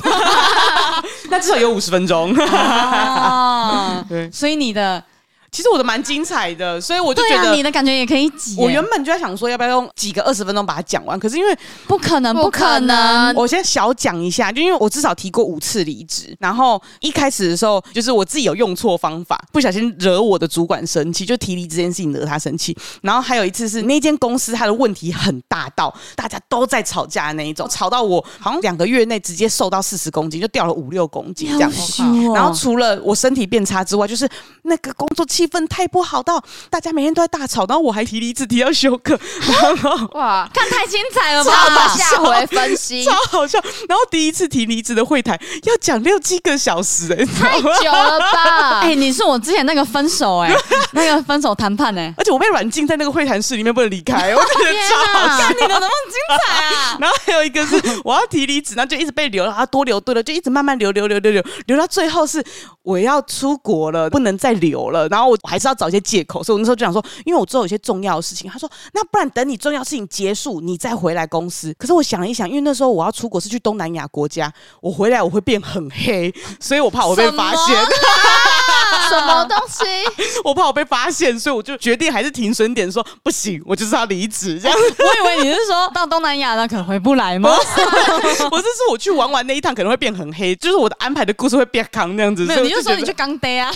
[SPEAKER 3] 那至少有五十分钟。
[SPEAKER 1] 哦
[SPEAKER 3] 对，
[SPEAKER 1] 所以你的
[SPEAKER 3] 其实我的蛮精彩的，所以我就
[SPEAKER 1] 对
[SPEAKER 3] 觉
[SPEAKER 1] 啊，你
[SPEAKER 3] 得。
[SPEAKER 1] 的感觉也可以挤耶。
[SPEAKER 3] 我原本就在想说，要不要用几个二十分钟把它讲完？可是因为
[SPEAKER 1] 不可能，
[SPEAKER 2] 不
[SPEAKER 1] 不
[SPEAKER 2] 可
[SPEAKER 1] 可
[SPEAKER 2] 能
[SPEAKER 1] 能。
[SPEAKER 3] 我先小讲一下，就因为我至少提过五次离职，然后一开始的时候，就是我自己有用错方法，不小心惹我的主管生气，就提离职这件事情惹他生气。然后还有一次是那间公司它的问题很大到大家都在吵架的那一种，吵到我好像两个月内直接瘦到四十公斤，就掉了五六公斤这
[SPEAKER 1] 要
[SPEAKER 3] 样子。
[SPEAKER 1] 羞哦
[SPEAKER 3] 然后除了我身体变差之外，就是那个工作气氛太不好到大家每天都在大吵，然后我还提离职提到休克， 然后
[SPEAKER 2] 哇，
[SPEAKER 1] 看太精彩了
[SPEAKER 2] 我们
[SPEAKER 1] 吧？
[SPEAKER 2] 下回分析
[SPEAKER 3] 超好笑。然后第一次提离职的会谈要讲六七个小时、欸，
[SPEAKER 2] 太久了吧？
[SPEAKER 1] 哎，你是我之前那个分手哎， 那个分手谈判 哎，
[SPEAKER 3] 而且我被软禁在那个会谈室里面不能离开，我觉 得
[SPEAKER 1] 天
[SPEAKER 3] 超好笑
[SPEAKER 1] 啊，。你的怎么精彩啊？
[SPEAKER 3] 然后还有一个是我要提离职，然后就一直被留，然后多留对了，就一直慢慢留留留留留，留到最后是我要出国了，不能再留了。然后我还是要找一些借口，所以我那时候就想说，因为我之后有些重要的事情，他说那不然等你重要事情结束，你再回来公司。可是我想了一想，因为那时候我要出国是去东南亚国家，我回来我会变很黑，所以我怕我被发现。
[SPEAKER 1] 什么
[SPEAKER 2] 啊什么东西？
[SPEAKER 3] 我怕我被发现，所以我就决定还是停损点说不行，我就是要离 职这 样。
[SPEAKER 1] 我以为你是说到东南亚了，可能回不来吗？
[SPEAKER 3] 哦我是 说我去玩完那一趟可能会变很黑，就是我的安排的故事会变康那样子。
[SPEAKER 1] 没
[SPEAKER 3] 所以
[SPEAKER 1] 有，
[SPEAKER 3] 我
[SPEAKER 1] 你就说你
[SPEAKER 3] 觉
[SPEAKER 1] 去
[SPEAKER 3] 得，
[SPEAKER 1] 刚逮啊，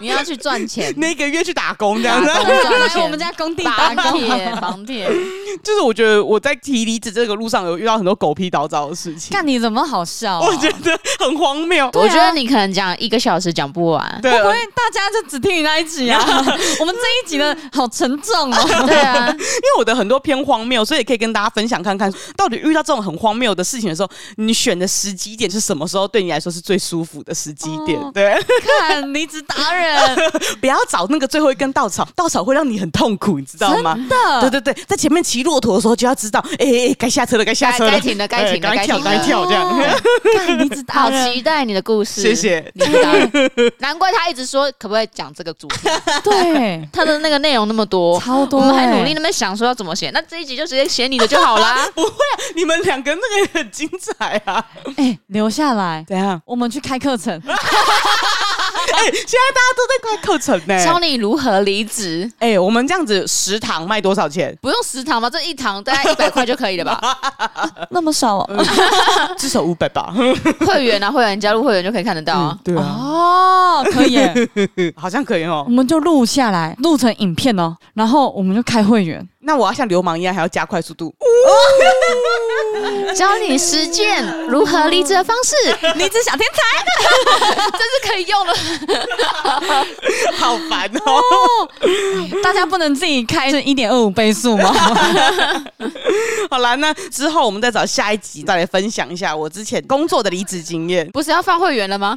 [SPEAKER 2] 你要去赚钱
[SPEAKER 3] 那个月去打工这样子
[SPEAKER 2] 打。工
[SPEAKER 1] 来我们家工地打
[SPEAKER 2] 绑
[SPEAKER 1] 工。
[SPEAKER 2] 铁，绑铁，
[SPEAKER 3] 就是我觉得我在提离职这个路上有遇到很多狗屁倒灶的事情，
[SPEAKER 1] 看你怎么好笑、哦，
[SPEAKER 3] 我觉得很荒谬。
[SPEAKER 2] 我觉得你可能讲一个小时讲不完。
[SPEAKER 3] 对
[SPEAKER 1] 啊会不会大家就只听你那一集 啊？我们这一集的好沉重哦。
[SPEAKER 2] 对啊，
[SPEAKER 3] 因为我的很多偏荒谬，所以可以跟大家分享看看，到底遇到这种很荒谬的事情的时候，你选的时机点是什么时候对你来说是最舒服的时机点？
[SPEAKER 1] 哦
[SPEAKER 3] 对，
[SPEAKER 1] 看离职达人，
[SPEAKER 3] 不要找那个最后一根稻草，稻草会让你很痛苦，你知道吗？
[SPEAKER 1] 的
[SPEAKER 3] 对对对，在前面骑骆驼的时候就要知道，哎哎哎，该下车了，该下车了，
[SPEAKER 2] 该该停了该停了
[SPEAKER 3] 哎
[SPEAKER 2] 该
[SPEAKER 3] 该
[SPEAKER 2] 停了
[SPEAKER 3] 跳，
[SPEAKER 2] 哦
[SPEAKER 3] 该跳，这样。
[SPEAKER 1] 看离职达
[SPEAKER 2] 好
[SPEAKER 1] 人，
[SPEAKER 2] 期待你的故事。
[SPEAKER 3] 谢谢。
[SPEAKER 2] 你的答案。难怪他一直说可不可以讲这个主 题，
[SPEAKER 1] 对，
[SPEAKER 2] 他的那个内容那么多。
[SPEAKER 1] 超多、
[SPEAKER 2] 我
[SPEAKER 1] 欸，
[SPEAKER 2] 们还努力那边想说要怎么写，那这一集就直接写你的就好啦。
[SPEAKER 3] 你们两个那个也很精彩啊！
[SPEAKER 1] 哎、留下来，
[SPEAKER 3] 怎
[SPEAKER 2] 啊
[SPEAKER 3] 样？
[SPEAKER 1] 我们去开课程。
[SPEAKER 3] 哎，现在大家都在开课程呢。
[SPEAKER 2] 教你如何离职，
[SPEAKER 3] 哎，我们这样子食堂卖多少钱？
[SPEAKER 2] 不用十堂吧，这一堂大 概一百块就可以了吧？
[SPEAKER 1] 那么少、哦
[SPEAKER 3] 至少五百吧。
[SPEAKER 2] 会员啊，会员加入会员就可以看得到啊。
[SPEAKER 3] 对啊，
[SPEAKER 1] 哦，可以耶，
[SPEAKER 3] 好像可以哦
[SPEAKER 1] 我。们就录下来，录成影片哦，然后我们就开会 员。
[SPEAKER 3] 那我要像流氓一样，还要加快速度。
[SPEAKER 2] 教你实践如何离职的方 式，
[SPEAKER 1] 离职小天 才
[SPEAKER 2] 这是可以用的。
[SPEAKER 3] 好烦 哦！
[SPEAKER 1] 哦，大家不能自己开是一点二五倍速吗？
[SPEAKER 3] 好啦，那之后我们再找下一集再来分享一下我之前工作的离职经验。
[SPEAKER 2] 不是要放会员了吗？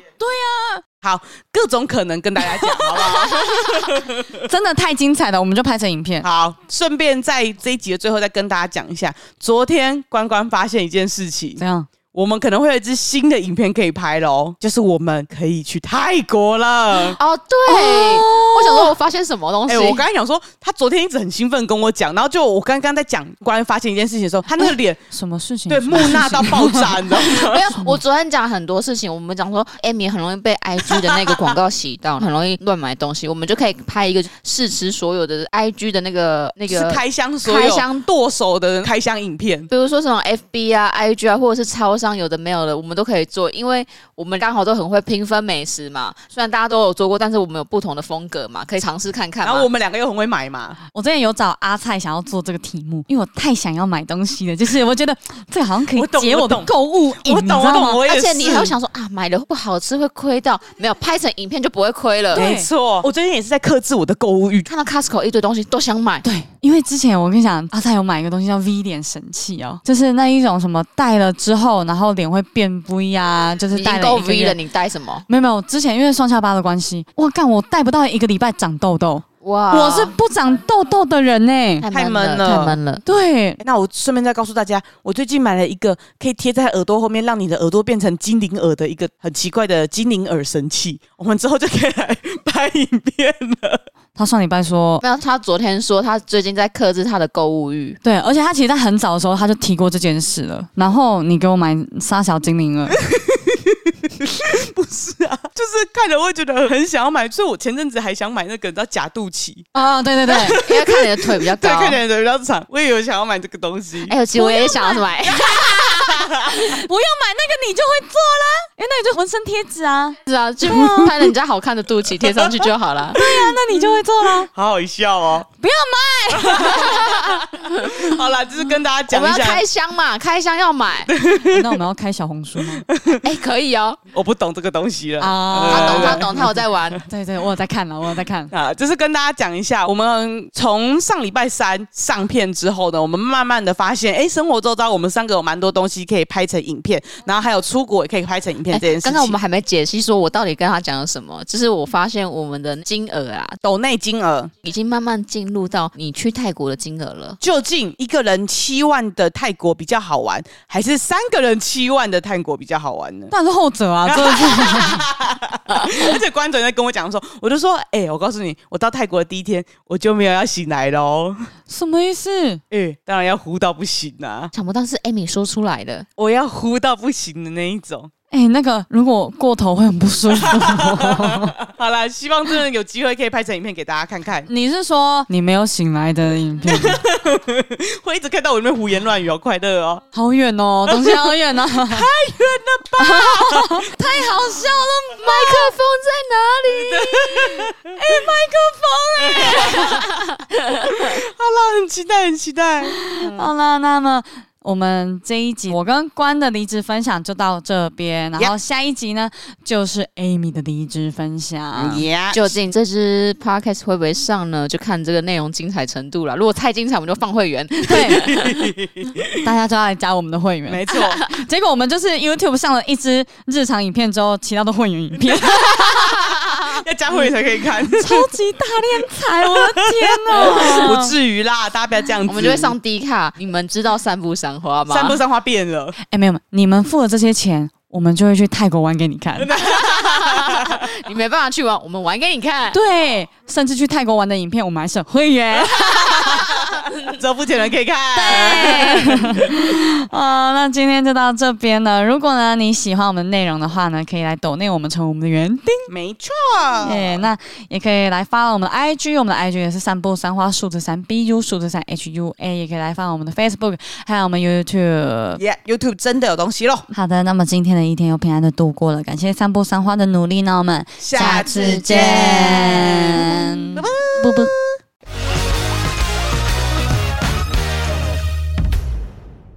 [SPEAKER 3] 好，各种可能跟大家讲，好不好？
[SPEAKER 1] 真的太精彩了，我们就拍成影片。
[SPEAKER 3] 好，顺便在这一集的最后再跟大家讲一下，昨天关关发现一件事情
[SPEAKER 1] 怎，样？
[SPEAKER 3] 我们可能会有一支新的影片可以拍喽，就是我们可以去泰国了。
[SPEAKER 2] 哦，对，
[SPEAKER 1] 哦
[SPEAKER 2] 我想说，我发现什么东
[SPEAKER 3] 哎、
[SPEAKER 2] 西？
[SPEAKER 3] 我刚才讲说，他昨天一直很兴奋跟我讲，然后就我刚刚在讲关于发现一件事情的时候，他那个脸、
[SPEAKER 1] 什么事情？
[SPEAKER 3] 哎对木讷到爆炸，你知道吗？
[SPEAKER 2] 没有，我昨天讲很多事情，我们讲说 Amy 很容易被 IG 的那个广告洗到，很容易乱买东西，我们就可以拍一个试吃所有的 IG 的那个那
[SPEAKER 3] 就是
[SPEAKER 2] 个。
[SPEAKER 3] 开箱所有
[SPEAKER 2] 开箱
[SPEAKER 3] 剁手的开箱影片，
[SPEAKER 2] 比如说什么 FB 啊、IG 啊，或者是超商有的没有的，我们都可以做，因为我们刚好都很会评分美食嘛。虽然大家都有做过，但是我们有不同的风格嘛，可以尝试看看
[SPEAKER 3] 然
[SPEAKER 2] 嘛。
[SPEAKER 3] 后我们两个又很会买嘛，
[SPEAKER 1] 我之前有找阿菜想要做这个题目，因为我太想要买东西了，就是我觉得 这个好像可
[SPEAKER 3] 我
[SPEAKER 1] 以
[SPEAKER 3] 懂
[SPEAKER 1] 解我的
[SPEAKER 3] 我懂
[SPEAKER 1] 购物瘾，
[SPEAKER 3] 我
[SPEAKER 1] 你
[SPEAKER 3] 懂
[SPEAKER 1] 知
[SPEAKER 3] 我
[SPEAKER 1] 道
[SPEAKER 3] 懂，
[SPEAKER 1] 吗
[SPEAKER 3] 我也
[SPEAKER 2] 而
[SPEAKER 3] 是。
[SPEAKER 2] 且你还会想说啊，买了不好吃会亏到，没有拍成影片就不会亏了。
[SPEAKER 1] 对
[SPEAKER 3] 没错，我最近也是在克制我的购物欲。
[SPEAKER 2] 看到 Costco 一堆东西都想买，
[SPEAKER 1] 对，因为之前我跟你讲，阿菜有买一个东西叫 V 脸神器哦，就是那一种什么戴了之后，然后脸会变 V 啊，就是
[SPEAKER 2] 已
[SPEAKER 1] 戴
[SPEAKER 2] 经
[SPEAKER 1] 了
[SPEAKER 2] 够
[SPEAKER 1] 一个
[SPEAKER 2] V
[SPEAKER 1] 月
[SPEAKER 2] 了，。你带什么？
[SPEAKER 1] 没有没有，之前因为双下巴的关系，哇干，我戴不到一个礼拜长痘痘，
[SPEAKER 3] 啊
[SPEAKER 2] 哇
[SPEAKER 1] 我是不长痘痘的人呢、
[SPEAKER 3] 哎
[SPEAKER 2] 太闷
[SPEAKER 3] 太闷了
[SPEAKER 2] 太闷了。
[SPEAKER 1] 对，
[SPEAKER 3] 那我顺便再告诉大家，我最近买了一个可以贴在耳朵后面，让你的耳朵变成精灵耳的一个很奇怪的精灵耳神器。我们之后就可以来拍影片了。
[SPEAKER 1] 他上礼拜说。
[SPEAKER 2] 没有，他昨天说他最近在克制他的购物欲，
[SPEAKER 1] 对，而且他其实在很早的时候他就提过这件事了。然后你给我买沙小精 灵了，
[SPEAKER 3] 不是啊，就是看了会觉得很想要买，所以我前阵子还想买那个你知道假肚脐，
[SPEAKER 1] 啊、对 对对，
[SPEAKER 2] 因为看你的腿比较
[SPEAKER 3] 对，
[SPEAKER 2] 高。
[SPEAKER 3] 看起来比较长，我也有想要买这个东西。
[SPEAKER 2] 哎、其实我也想要哎买，
[SPEAKER 1] 不用买那个你就会做啦，因为那个就纹身贴纸啊，
[SPEAKER 2] 是啊，就 拍人家好看的肚脐贴上去就好了。
[SPEAKER 1] 那啊那你就会做啦。
[SPEAKER 3] 好好笑哦！
[SPEAKER 1] 不要
[SPEAKER 3] 买。好啦，就是跟大家
[SPEAKER 2] 我
[SPEAKER 3] 讲
[SPEAKER 2] 们
[SPEAKER 3] 一
[SPEAKER 2] 要
[SPEAKER 3] 下
[SPEAKER 2] 开，箱嘛，开箱要买，
[SPEAKER 1] 那我们要开小红书吗？
[SPEAKER 2] 哎、可以 哦。
[SPEAKER 3] 我不懂这个东西了。
[SPEAKER 1] 啊，
[SPEAKER 2] 他懂，
[SPEAKER 3] 呃
[SPEAKER 2] 他懂，他有在 玩。
[SPEAKER 1] 对对，我有在看了，我有在看。
[SPEAKER 3] 啊，就是跟大家讲一下，我们从上礼拜三上片之后呢，我们慢慢的发现，哎、生活周遭我们三个有蛮多东西可以拍成影片，然后还有出国也可以拍成影片这件事情。
[SPEAKER 2] 哎刚刚我们还没解析，说我到底跟他讲了什么。就是我发现我们的金额啊，
[SPEAKER 3] 抖内金额
[SPEAKER 2] 已经慢慢进入到你去泰国的金额了。
[SPEAKER 3] 究竟一个人七万的泰国比较好玩，还是三个人七万的泰国比较好玩 呢？
[SPEAKER 1] 当然是后者啊，这是
[SPEAKER 3] 而且关总在跟我讲的时候，我就说，哎、我告诉你，我到泰国的第一天我就没有要醒来喽。
[SPEAKER 1] 什么意思？
[SPEAKER 3] 哎、当然要呼到不行啊，
[SPEAKER 2] 想不到是 Amy 说出来的，
[SPEAKER 3] 我要呼到不行的那一种。
[SPEAKER 1] 哎、那个如果过头会很不舒服。
[SPEAKER 3] 好啦，希望真的有机会可以拍成影片给大家看看，
[SPEAKER 1] 你是说 你没有醒来的影片？
[SPEAKER 3] 会一直看到我里面胡言乱语，好快乐哦！
[SPEAKER 1] 好远哦，东西好远啊， 太远了吧， 太好笑了，
[SPEAKER 2] 麦克风在哪里？
[SPEAKER 1] 麦克风哎、
[SPEAKER 3] 好啦，很期待，很期待。
[SPEAKER 1] 好啦，那么。我们这一集我跟关的离职分享就到这边，然后下一集呢就是 Amy 的离职分享。
[SPEAKER 3] Yeah，
[SPEAKER 2] 究竟这支 podcast 会不会上呢？就看这个内容精彩程度了。如果太精彩，我们就放会 员。
[SPEAKER 1] 对，大家就要来加我们的会员。
[SPEAKER 3] 没错，
[SPEAKER 1] 结果我们就是 YouTube 上了一支日常影片之后，其他的会员影片，
[SPEAKER 3] 要加会员才可以 看，
[SPEAKER 1] 超级大敛财，我的天啊哪！
[SPEAKER 3] 不至于啦，大家不要这样子，
[SPEAKER 2] 我们就会上低卡。你们知道散步赏花吗？
[SPEAKER 3] 三不三花变 了，
[SPEAKER 1] 哎、没有，没有你们付了这些钱，我们就会去泰国玩给你看。
[SPEAKER 2] 你没办法去玩，我们玩给你看。
[SPEAKER 1] 对，甚至去泰国玩的影片，我们还是有会员。
[SPEAKER 3] 只有付钱的人可以看。
[SPEAKER 1] 对， 啊，那今天就到这边了。如果呢你喜欢我们的内容的话呢，可以来抖内我们成为我们的园丁。
[SPEAKER 3] 没错，
[SPEAKER 1] 哎、那也可以来发我们的 IG，我们的 IG 也是散步三花数字三 BU 数字三 HUA，也可以来发我们的 Facebook，还有我们 YouTube。
[SPEAKER 3] ，Yeah，YouTube 真的有东西喽，
[SPEAKER 1] 好的，那么今天的一天又平安的度过了，感谢散步三花的努力，那我们
[SPEAKER 3] 下次
[SPEAKER 1] 见，
[SPEAKER 3] 拜
[SPEAKER 1] 啵啵。
[SPEAKER 3] 拜。